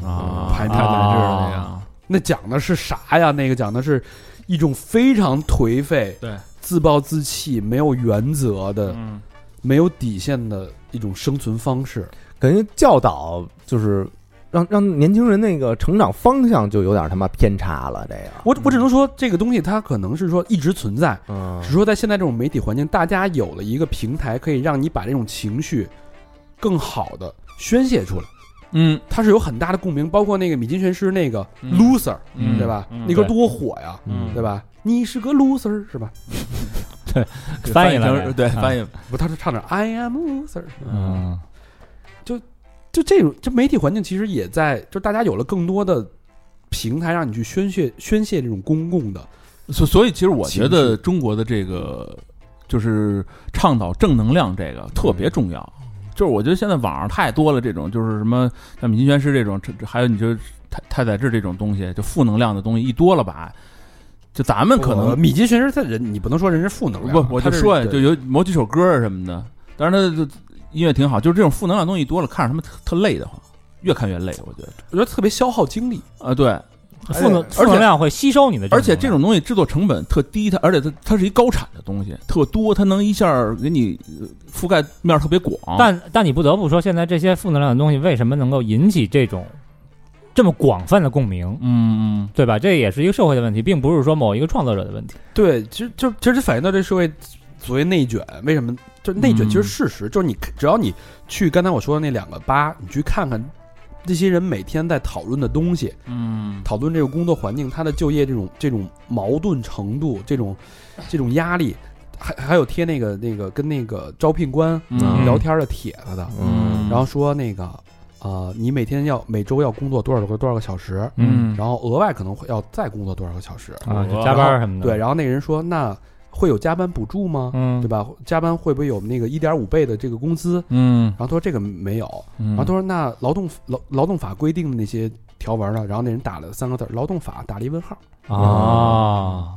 嗯
啊
排排在这儿的呀。
啊
那讲的是啥呀？那个讲的是一种非常颓废、
对
自暴自弃、没有原则的、
嗯，
没有底线的一种生存方式。
感觉教导就是让让年轻人那个成长方向就有点他妈偏差了，这个，
我我只
嗯
能说，这个东西它可能是说一直存在，
嗯
只是说在现在这种媒体环境，大家有了一个平台，可以让你把这种情绪更好的宣泄出来。
嗯，
它是有很大的共鸣，包括那个米津玄师那个
嗯
loser，、
嗯
对吧？
嗯
那歌多火呀，
嗯
对吧？你是个 loser 是吧？
翻译了
成对翻译，
不，他是唱着 I am loser，
嗯，
就这种这媒体环境其实也在，就大家有了更多的平台让你去宣泄宣泄这种公共的，
所所以其实我
情
觉得中国的这个就是倡导正能量这个特
嗯
别重要。就是我觉得现在网上太多了这种，就是什么像米津玄师这种，这这还有你就太太宰治这种东西，就负能量的东西一多了吧，就咱们可能
米津玄师他人，你不能说人是负能量，啊
不，我
他
就是说呀，
对
就有某几首歌啊什么的，但是他的音乐挺好，就是这种负能量东西多了，看着他们特特累得慌，越看越累，我觉得。
我觉得特别消耗精力。
啊，对，
负能
而且
负能量会吸收你的，
而且这种东西制作成本特低，它而且它它是一高产的东西，特多，它能一下儿给你呃覆盖面儿特别广。
但但你不得不说，现在这些负能量的东西为什么能够引起这种这么广泛的共鸣，
嗯，嗯
对吧？这也是一个社会的问题，并不是说某一个创作者的问题。
对，其实就其实反映到这社会所谓内卷，为什么？就内卷
嗯
其实事实、就是你只要你去刚才我说的那两个吧，你去看看这些人每天在讨论的东西，
嗯，
讨论这个工作环境、他的就业这种这种矛盾程度、这种这种压力，还还有贴那个那个跟那个招聘官
嗯
聊天的帖子的，
嗯
然后说那个呃，你每天要每周要工作多少个多少个小时，
嗯，
然后额外可能会要再工作多少个小时，
啊，
我
就加班
嗯
什么的。
对，，然后那个人说那会有加班补助吗？
嗯
对，吧？加班会不会有那个一点五倍的这个工资？
嗯，
然后他说这个没有，
然
然后他说那劳动劳劳动法规定的那些条文呢？然后那人打了三个字儿劳动法，打了一问号。
哦，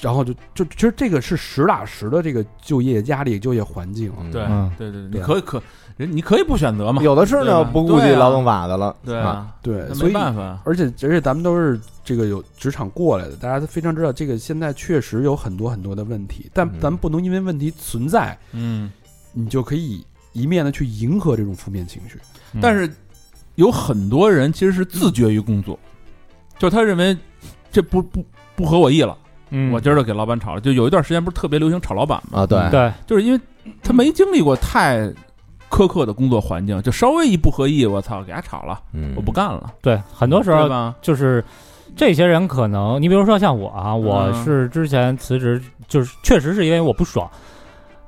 然后就就其实这个是实打实的这个就业压力、就业环境啊。
嗯
对
嗯
对对，你
对
可以可人你可以不选择嘛，
有的是
对
呢，
吧
不顾及
对啊
劳动法的了。
对
啊，
啊，
对，
那
所
没
以
办法，
而且而且咱们都是这个有职场过来的，大家都非常知道这个现在确实有很多很多的问题，但
嗯
咱们不能因为问题存在，
嗯，
你就可以一面的去迎合这种负面情绪。
嗯但是有很多人其实是自觉于工作，就是他认为这不不不合我意了，
嗯
我今儿就给老板炒了。就有一段时间不是特别流行炒老板嘛，
啊，对，
对，
就是因为他没经历过太苛刻的工作环境，就稍微一不合意，我操，给他炒了，
嗯
我不干了。
对，很多时
对
候
吧，
就是这些人可能，你比如说像我啊，我
嗯
是之前辞职，就是确实是因为我不爽，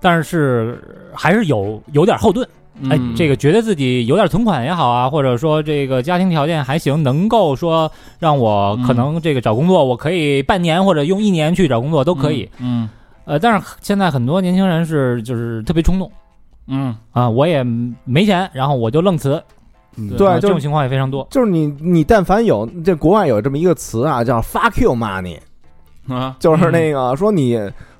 但是还是有有点后盾。哎，
嗯
这个觉得自己有点存款也好啊，或者说这个家庭条件还行，能够说让我可能这个找工作，我可以半年或者用一年去找工作都可以。，
嗯
呃，但是现在很多年轻人是就是特别冲动
嗯
啊，我也没钱，然后我就愣辞。
嗯
对
对
啊这
就
种情况也非常多。
就是你你但凡有这国外有这么一个词啊，叫 “fuck you money”，
嗯啊，
就是那个说你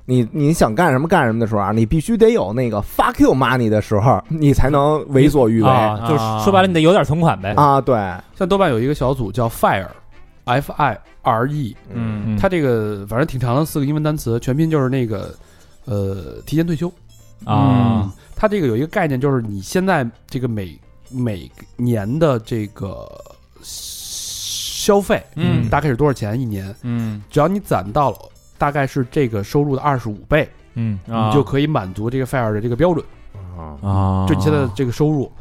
你你想干什么干什么的时候啊，你必须得有那个 “fuck you money” 的时候，你才能为所欲为
啊，就是
啊
说白了，你得有点存款呗。
啊。对，
像豆瓣有一个小组叫 Fire，F I R E，
嗯
嗯
它这个反正挺长的四个英文单词，全拼就是那个呃提前退休。
嗯
啊，
它这个有一个概念，就是你现在这个每每年的这个消费，
嗯
大概是多少钱一年？
嗯
只要你攒到了大概是这个收入的二十五倍，
嗯
啊
你就可以满足这个 FIRE 的这个标准，
嗯
啊，
就你现在的这个收入，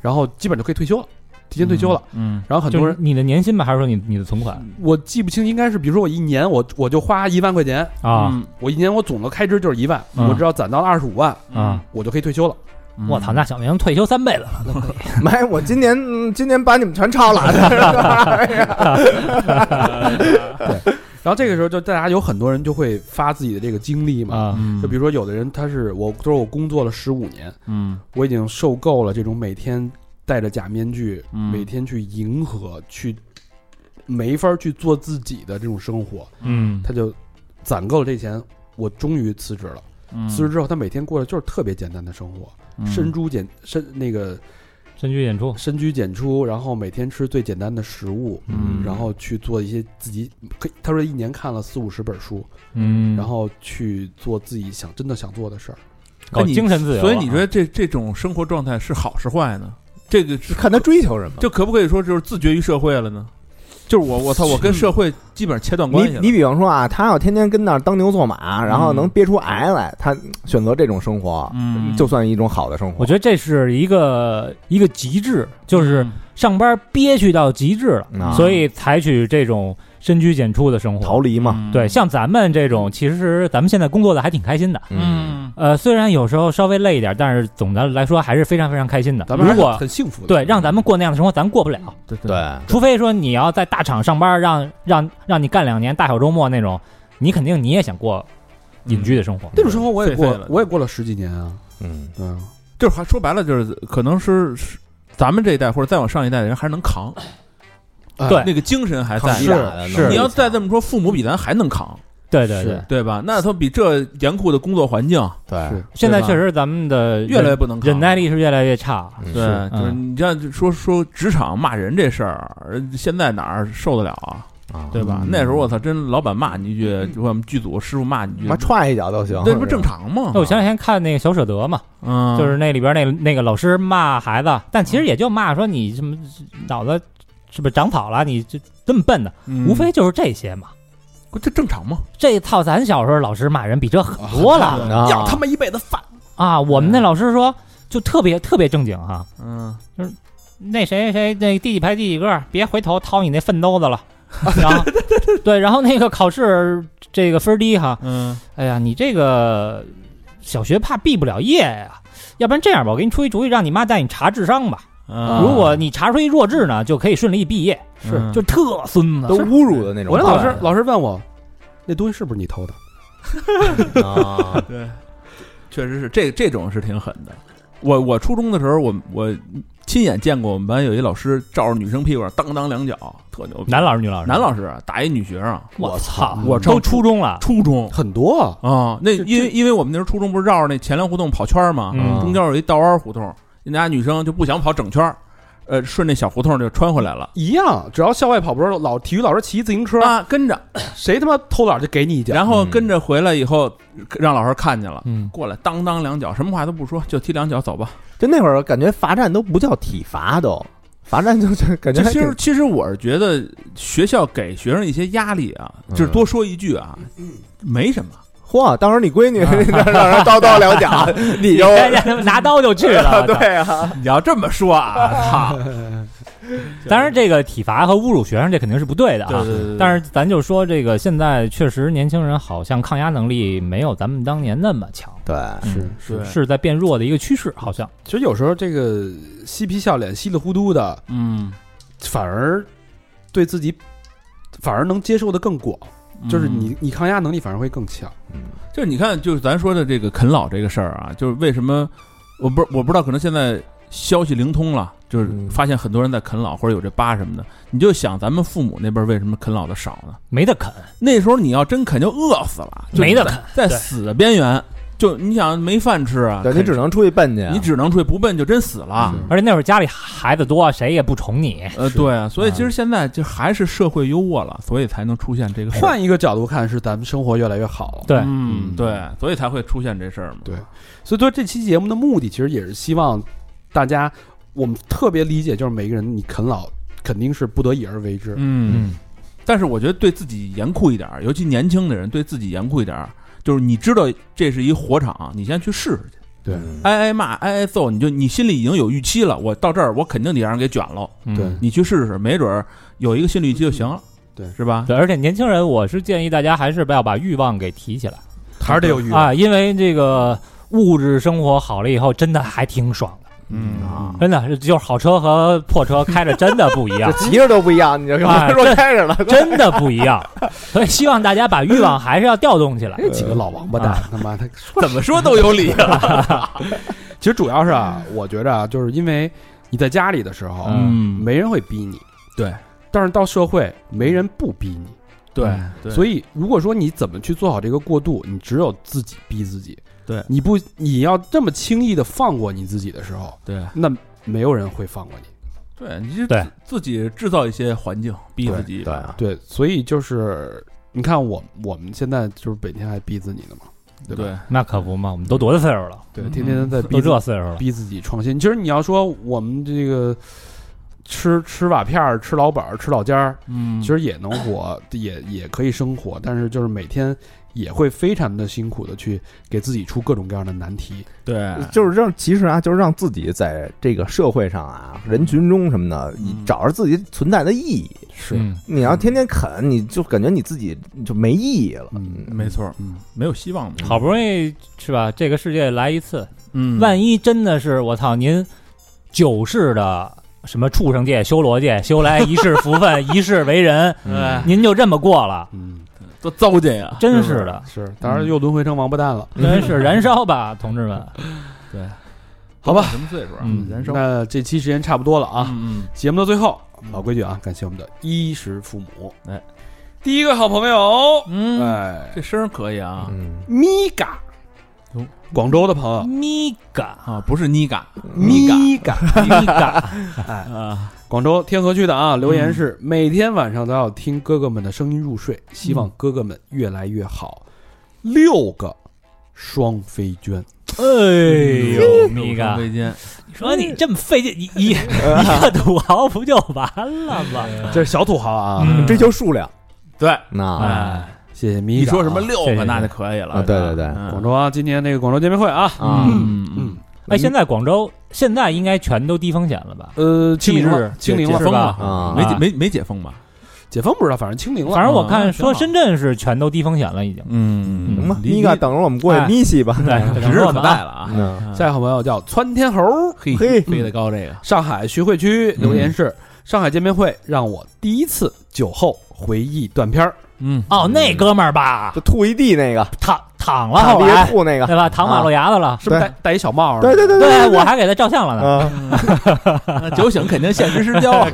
然后基本就可以退休了，提前退休了。
嗯，
然后很多
就是
人，嗯
你的年薪吧，还是说你你的存款
我记不清，应该是比如说我一年我我就花一万块钱，
啊？
嗯
我一年我总的开支就是一万，
嗯
我只要攒到二十五万，
啊，
我就可以退休了。
嗯
我操，那小明退休三辈子了，都可以
没，我今年嗯今年把你们全抄了。
然后这个时候就大家有很多人就会发自己的这个经历嘛，
啊
嗯
就比如说有的人他是我，就是我工作了十五年，
嗯
我已经受够了这种每天戴着假面具，
嗯
每天去迎合，去没法去做自己的这种生活，
嗯
他就攒够了这钱，我终于辞职了。
嗯
辞职之后，他每天过的就是特别简单的生活，
嗯
深居简深那个
深居简出，
深居简出，然后每天吃最简单的食物，
嗯
然后去做一些自己可以，他说一年看了四五十本书，
嗯
然后去做自己想真的想做的事儿。
搞
哦那你
哦精神自由了。啊
所以你觉得这这种生活状态是好是坏呢？这个是
看他追求什么。
就可不可以说就是自绝于社会了呢？就是我我操，我跟社会基本上切断关
你
系了。
你比方说啊，他要天天跟那儿当牛做马，然后能憋出癌来，他选择这种生活，
嗯
就算一种好的生活。
我觉得这是一个一个极致，
嗯
就是上班憋屈到极致了，
啊
所以采取这种深居简出的生活
逃。离嘛，
嗯
对，像咱们这种，其实咱们现在工作的还挺开心的。
嗯
呃，虽然有时候稍微累一点，但是总的来说还是非常非常开心的。
咱们还
如
是
果
很幸福的，
对让咱们过那样的生活，咱过不了。
对
对，
除非说你要在大厂上班，让让让你干两年大小周末那种，你肯定你也想过隐居的生
嗯
活。
那种生活我也
废
过
废了，
我也过了十几年啊，
嗯，
嗯。
就是还说白了就是可能是是咱们这一代或者再往上一代的人还能扛，
哎
对
那个精神还在。
抗击打的
是
能力
你要再这么说，父母比咱还能扛，
对对对
是，
对吧？那他比这严酷的工作环境
对
是，
现在
对吧
确实咱们的
越来越
忍
不能扛。
忍耐力是越来越差。
嗯
对，就是
嗯
你这样说说职场骂人这事儿，人现在哪儿受得了啊？
啊
对吧？
嗯
那时候我操，真老板骂你一
嗯
句，就我们剧组师傅骂你一句
妈，踹一脚都行，
这不正常吗
那？我前两天看那个小舍得嘛，
嗯，
就是那里边那那个老师骂孩子，但其实
嗯
也就骂说你什么脑子是不是长草了，你这这么笨的，
嗯
无非就是这些嘛。
这正常吗？
这套咱小时候老师骂人比这狠多了
啊
啊？
要他妈一辈子饭。嗯
啊！我们那老师说就特别特别正经哈、
嗯，
那谁谁那第几排第几个，别回头掏你那粪兜 子了。然后对，然后那个考试这个分儿低哈，
嗯
哎呀，你这个小学怕毕不了业呀、要不然这样吧，我给你出一主意，让你妈带你查智商吧。
啊嗯
如果你查出一弱智呢，就可以顺利毕业，
是
就特孙子
都。侮辱的那种
我
话。
那老师老师问我，哎那东西是不是你偷的？
啊，
对，确实是这这种是挺狠的。我我初中的时候，我我亲眼见过我们班有一老师照着女生屁股上当当两脚，特牛逼。
男老师女老师？
男老师啊打一女学生，
我操，
我
都
上
初中了，
初中
很多啊，
啊，那因为因为我们那时候初中不是绕着那前粮胡同跑圈儿嘛，
嗯
中间有一道弯胡同，人家女生就不想跑整圈儿，呃，顺那小胡同就穿回来了。
一样，只要校外跑步，老体育老师骑自行车，
啊，跟着，
谁他妈偷懒就给你一脚。
然后
嗯
跟着回来以后，让老师看见了，
嗯，
过来当当两脚，什么话都不说，就踢两脚走吧。
就那会儿感觉罚站都不叫体罚都，罚站就就感觉
这
还
其实
挺
其实我是觉得学校给学生一些压力啊，
嗯
就是多说一句啊，没什么。
嚯，当时你闺女
啊
让 让人叨 叨两脚，你就
人家他妈 拿刀就去了。
对啊，
你要这么 说啊，操！
当然，这个体罚和侮辱学生这肯定是不对的啊。
对
但是咱就说这个，现在确实年轻人好像抗压能力没有咱们当年那么强，
对，
是
是是，
是在变弱的一个趋势，好像。
其实有时候这个嬉皮笑脸、稀里糊涂的，
嗯，
反而对自己反而能接受的更广，就是
嗯
你你抗压能力反而会更强。
就是你看，就是咱说的这个啃老这个事儿啊，就是为什么我不我不知道，可能现在消息灵通了，就是
嗯
发现很多人在啃老或者有这疤什么的，你就想咱们父母那辈儿为什么啃老的少呢？
没得啃，
那时候你要真啃就饿死了，就
没得啃，
在
对
死的边缘，就你想没饭吃啊，
对你
啃
只能出去奔去啊，
你只能出去不笨就真死了。
嗯
而且那会儿家里孩子多，谁也不宠你。
呃，对啊，所以其实现在就还是社会优渥了，所以才能出现这个事儿。
换一个角度看，是咱们生活越来越好。
对，
嗯，
嗯
对，所以才会出现这事儿嘛。
对所以说这期节目的目的其实也是希望大家，我们特别理解，就是每个人你啃老肯定是不得已而为之。
嗯，但是我觉得对自己严酷一点儿，尤其年轻的人对自己严酷一点儿，就是你知道这是一火场，啊你先去试试去，
对
嗯
挨挨骂，挨挨揍，你就你心里已经有预期了，我到这儿我肯定得让人给卷喽，
嗯
对
你去试试，没准儿有一个心理预期就行了，
嗯
对
是吧？
对，而且年轻人，我是建议大家还是不要把欲望给提起来
还是得有欲望。
啊，因为这个物质生活好了以后，真的还挺爽的，
嗯啊，
真的就是好车和破车开着真的不一
这
样，
骑着都不一样，你就跟我
啊
哎
说
这
开始了，
真的不一样。所以希望大家把欲望还是要调动起来。
这几个老王八蛋，
呃
他妈的！
怎么说都有理啊。
其实主要是 啊，我觉着啊，就是因为你在家里的时候，
嗯，
没人会逼你，
对。
但是到社会，没人不逼你，
对，
所
以
以如果说你怎么去做好这个过渡，你只有自己逼自己。
对
你不，你要这么轻易的放过你自己的时候，
对
那没有人会放过你。
对，你就
对
自自己制造一些环境，逼自己。
对啊，
对，所以就是你看我，我们现在就是每天还逼自己呢嘛，对吧？
对，
那可不嘛，我们都多大岁数了，
对，天天
嗯
在逼
都
自
这岁数了，
逼自己创新。其实你要说我们这个吃吃瓦片儿、吃老板儿、吃老尖儿，
嗯，
其实也能活， 也也可以生活，但是就是每天也会非常的辛苦的去给自己出各种各样的难题。
对，
哎
就是让其实啊，就是让自己在这个社会上啊，人群中什么的，
嗯
找着自己存在的意义。
是
嗯
你要天天啃，你就感觉你自己就没意义了。
嗯
没错，
嗯，
没有希望的。
好不容易是吧？这个世界来一次，
嗯，
万一真的是我操您九世的什么畜生界、修罗界修来一世福分，一世为人，
哎
您就这么过 了，
嗯，
多糟践呀！
真是的，
是，当然又轮回成王八蛋了。
真是燃烧吧，同志们。
对，
好吧
什么岁数啊？
嗯
燃烧
那这期时间差不多了啊，
嗯
节目的最后，老规矩啊，感谢我们的衣食父母。
哎，
第一个好朋友，
嗯嗯，
哎，
这声儿可以啊
嗯，
米嘎
哟，
广州的朋
嗯
友，
米嘎
啊，不是妮嘎
米嘎，
米嘎，
啊，
广州天河区的啊，留言是每天晚上都要听哥哥们的声音入睡，希望哥哥们越来越好。六个双飞娟，
哎呦，米嘎！
围巾，
你说你这么费劲， 你你一个土豪不就完了吗？
这是小土豪啊，
嗯
追求数量，
对，
那
哎，
谢谢米
你
嘎啊。
说什么六
这
个
是
那就可以了
啊。对对对
嗯
广州啊？今年这个广州见面会啊，
啊，
嗯嗯
嗯，
哎，现在广州现在应该全都低风险了吧？
呃，清
忌
零
日
了，清零
解
了
是
解封
吧？
啊
嗯，没解没没解封吧？
解封不知道，反正清零了。
反正我啊看
嗯
说深圳是全都低风险了， 已经。
嗯
行吧，
离
你可等着我们过去
哎
咪西吧。
对，
指日可待了啊！
嗯，
下一个好朋友叫窜天猴，嘿
嘿，
飞得高这个，
上海徐汇区留言是：上海见面会让我第一次酒后回忆断片儿。
嗯，
哦，那哥们儿吧
就，吐一地那个，
躺躺了
大
后
地上
来，
吐那个，
对吧？躺马路牙子了。
是不是
对
戴戴一小帽儿？
对对 对
对，我还给他照相了呢。
啊，
酒醒肯定现实失焦啊，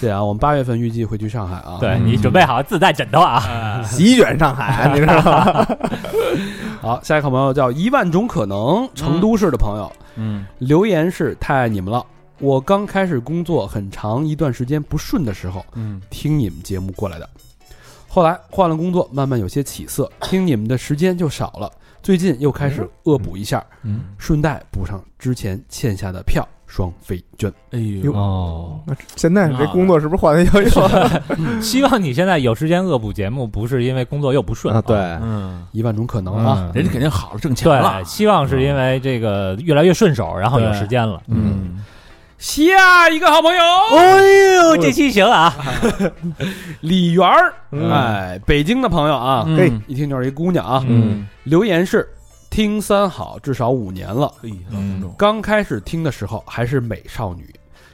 对啊，我们八月份预计会去上海啊。
对
嗯
你准备好自带枕头啊！
席卷上海，你知道吗？
啊，好，下一个朋友叫一万种可能，成都市的朋友、
嗯
留言是太爱你们了。我刚开始工作很长一段时间不顺的时候，
嗯
听你们节目过来的。后来换了工作，慢慢有些起 色，听你们的时间就少了。最近又开始恶补一下，
嗯，
顺带补上之前欠下的票，双飞券。
哎呦，
哦，
现在这工作是不是换的又又
嗯
希望你现在有时间恶补节目，不是因为工作又不顺
啊？ 对，
嗯，
一万种可能啊！
嗯
人家肯定好了，挣钱了
对，，希望是因为这个越来越顺手，然后有时间了。
嗯
下一个好朋友
哦
哎呦，这期行啊！
李媛儿，
嗯
哎，北京的朋友啊，
嗯
嘿
一听就是一姑娘啊。
嗯，
留言是：听三好至少五年了，
哎，老听众，
刚开始听的时候还是美少女，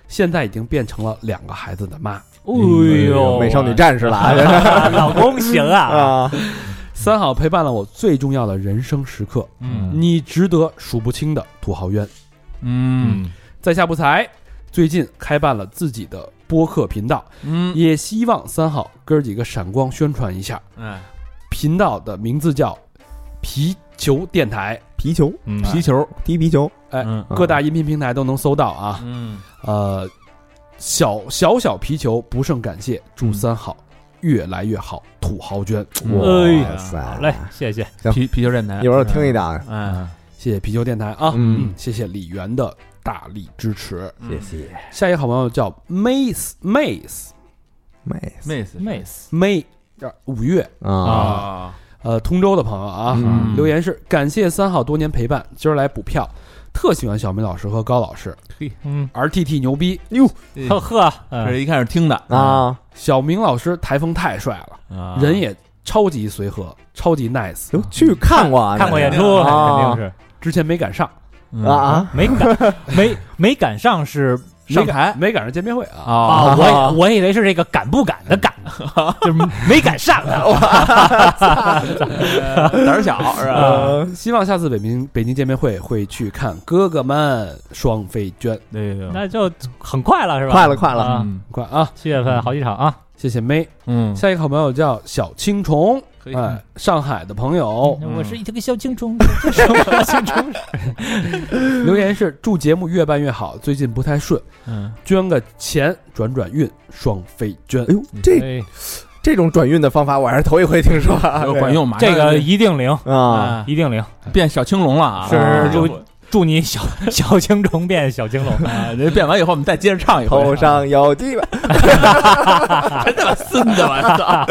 现在已经变成了两个孩子的妈。
嗯
哎呦，
美少女战 士了啊
老公行啊！
啊！
三好陪伴了我最重要的人生时刻，
嗯
你值得数不清的土豪冤。
嗯
在下不才，最近开办了自己的播客频道，
嗯，
也希望三好哥几个闪光宣传一下。
嗯
哎，
频道的名字叫皮球电台，
皮球，
嗯
啊
皮球，踢皮球，
哎
嗯
各大音频平台都能搜到啊。
嗯，
呃，小小小皮球不胜感谢，祝三好越来越好，土豪捐，
哎哇
好
塞！
嘞，谢谢。
皮皮球电台，
一会儿我听一档，
哎，
谢谢皮球电台啊，
嗯，
谢谢李源的大力支持。
谢谢，
下一个好朋友叫 Mace Mace
妹
妹子
妹子，
May，五月，
啊，
啊，
呃，通州的朋友啊，
嗯
留言是感谢三好多年陪伴，今儿来补票，特喜欢小明老师和高老师
嗯，
，RTT 牛逼，
呵呵，
这
嗯
一开始听的
啊，
小明老师台风太帅了，
啊，
人也超级随和，超级 nice，
哟去看过 啊，
看过演出
啊
肯定是
之前没赶上。
嗯
啊啊，
没赶没没赶上是
没
上
赶
台
没赶上见面会啊，
啊，
啊，我我以为是这个赶不赶的赶，就是没赶上啊。
胆儿 小是
嗯
啊
吧？
呃
啊
希望下次北京北京见面会会去看哥哥们双飞娟，
对对，
那就很快了是吧？
快了快了
啊
嗯
快啊！
七月份好几场啊。
谢谢妹。
嗯，
下一个好朋友叫小青虫，
可以
哎，上海的朋友
嗯
我是一个小青 虫，
留言是祝节目越办越好，最近不太顺，
嗯，
捐个钱转转运，双飞娟
哎。呦，这
哎
这种转运的方法我还是头一回听说啊，
有管用，马上
这个一定灵，
对啊，
啊，
一定灵。
变小青龙了 啊，
是
是
是祝你小小青虫变小青龙，
啊，人 变完以后，我们再接着唱一回。
头上有鸡巴，
真他妈孙 子，我
啊
操！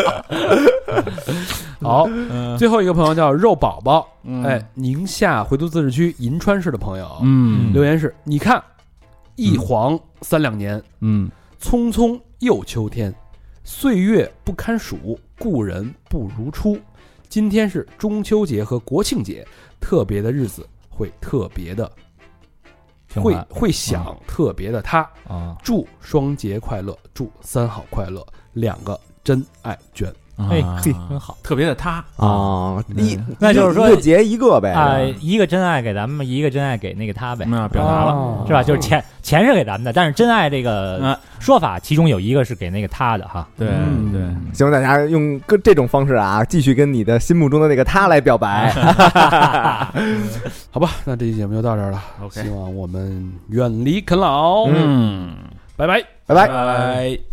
好，
嗯
最后一个朋友叫肉宝宝，
嗯
哎，宁夏回族自治区银川市的朋友，
嗯
留言是：你看，一晃三两年，
嗯，
匆匆又秋天，岁月不堪数，故人不如初。今天是中秋节和国庆节，特别的日子会特别的，会会想特别的他。
啊，
祝双节快乐，祝三好快乐，两个真爱卷。
哎
啊
嘿，真好
特别的他
啊，一
嗯那就是说
一个结一个呗
啊！一个真爱给咱们，一个真爱给那个他呗
我，们要表达了，
是吧？就是钱钱是给咱们的，但是真爱这个
啊
说法，其中有一个是给那个他的哈。
对
嗯
对，
希望大家用各这种方式啊，继续跟你的心目中的那个他来 表白。
好吧，那这期节目就到这儿了。
OK
希望我们远离啃老，
嗯，
拜拜。
拜拜。
拜。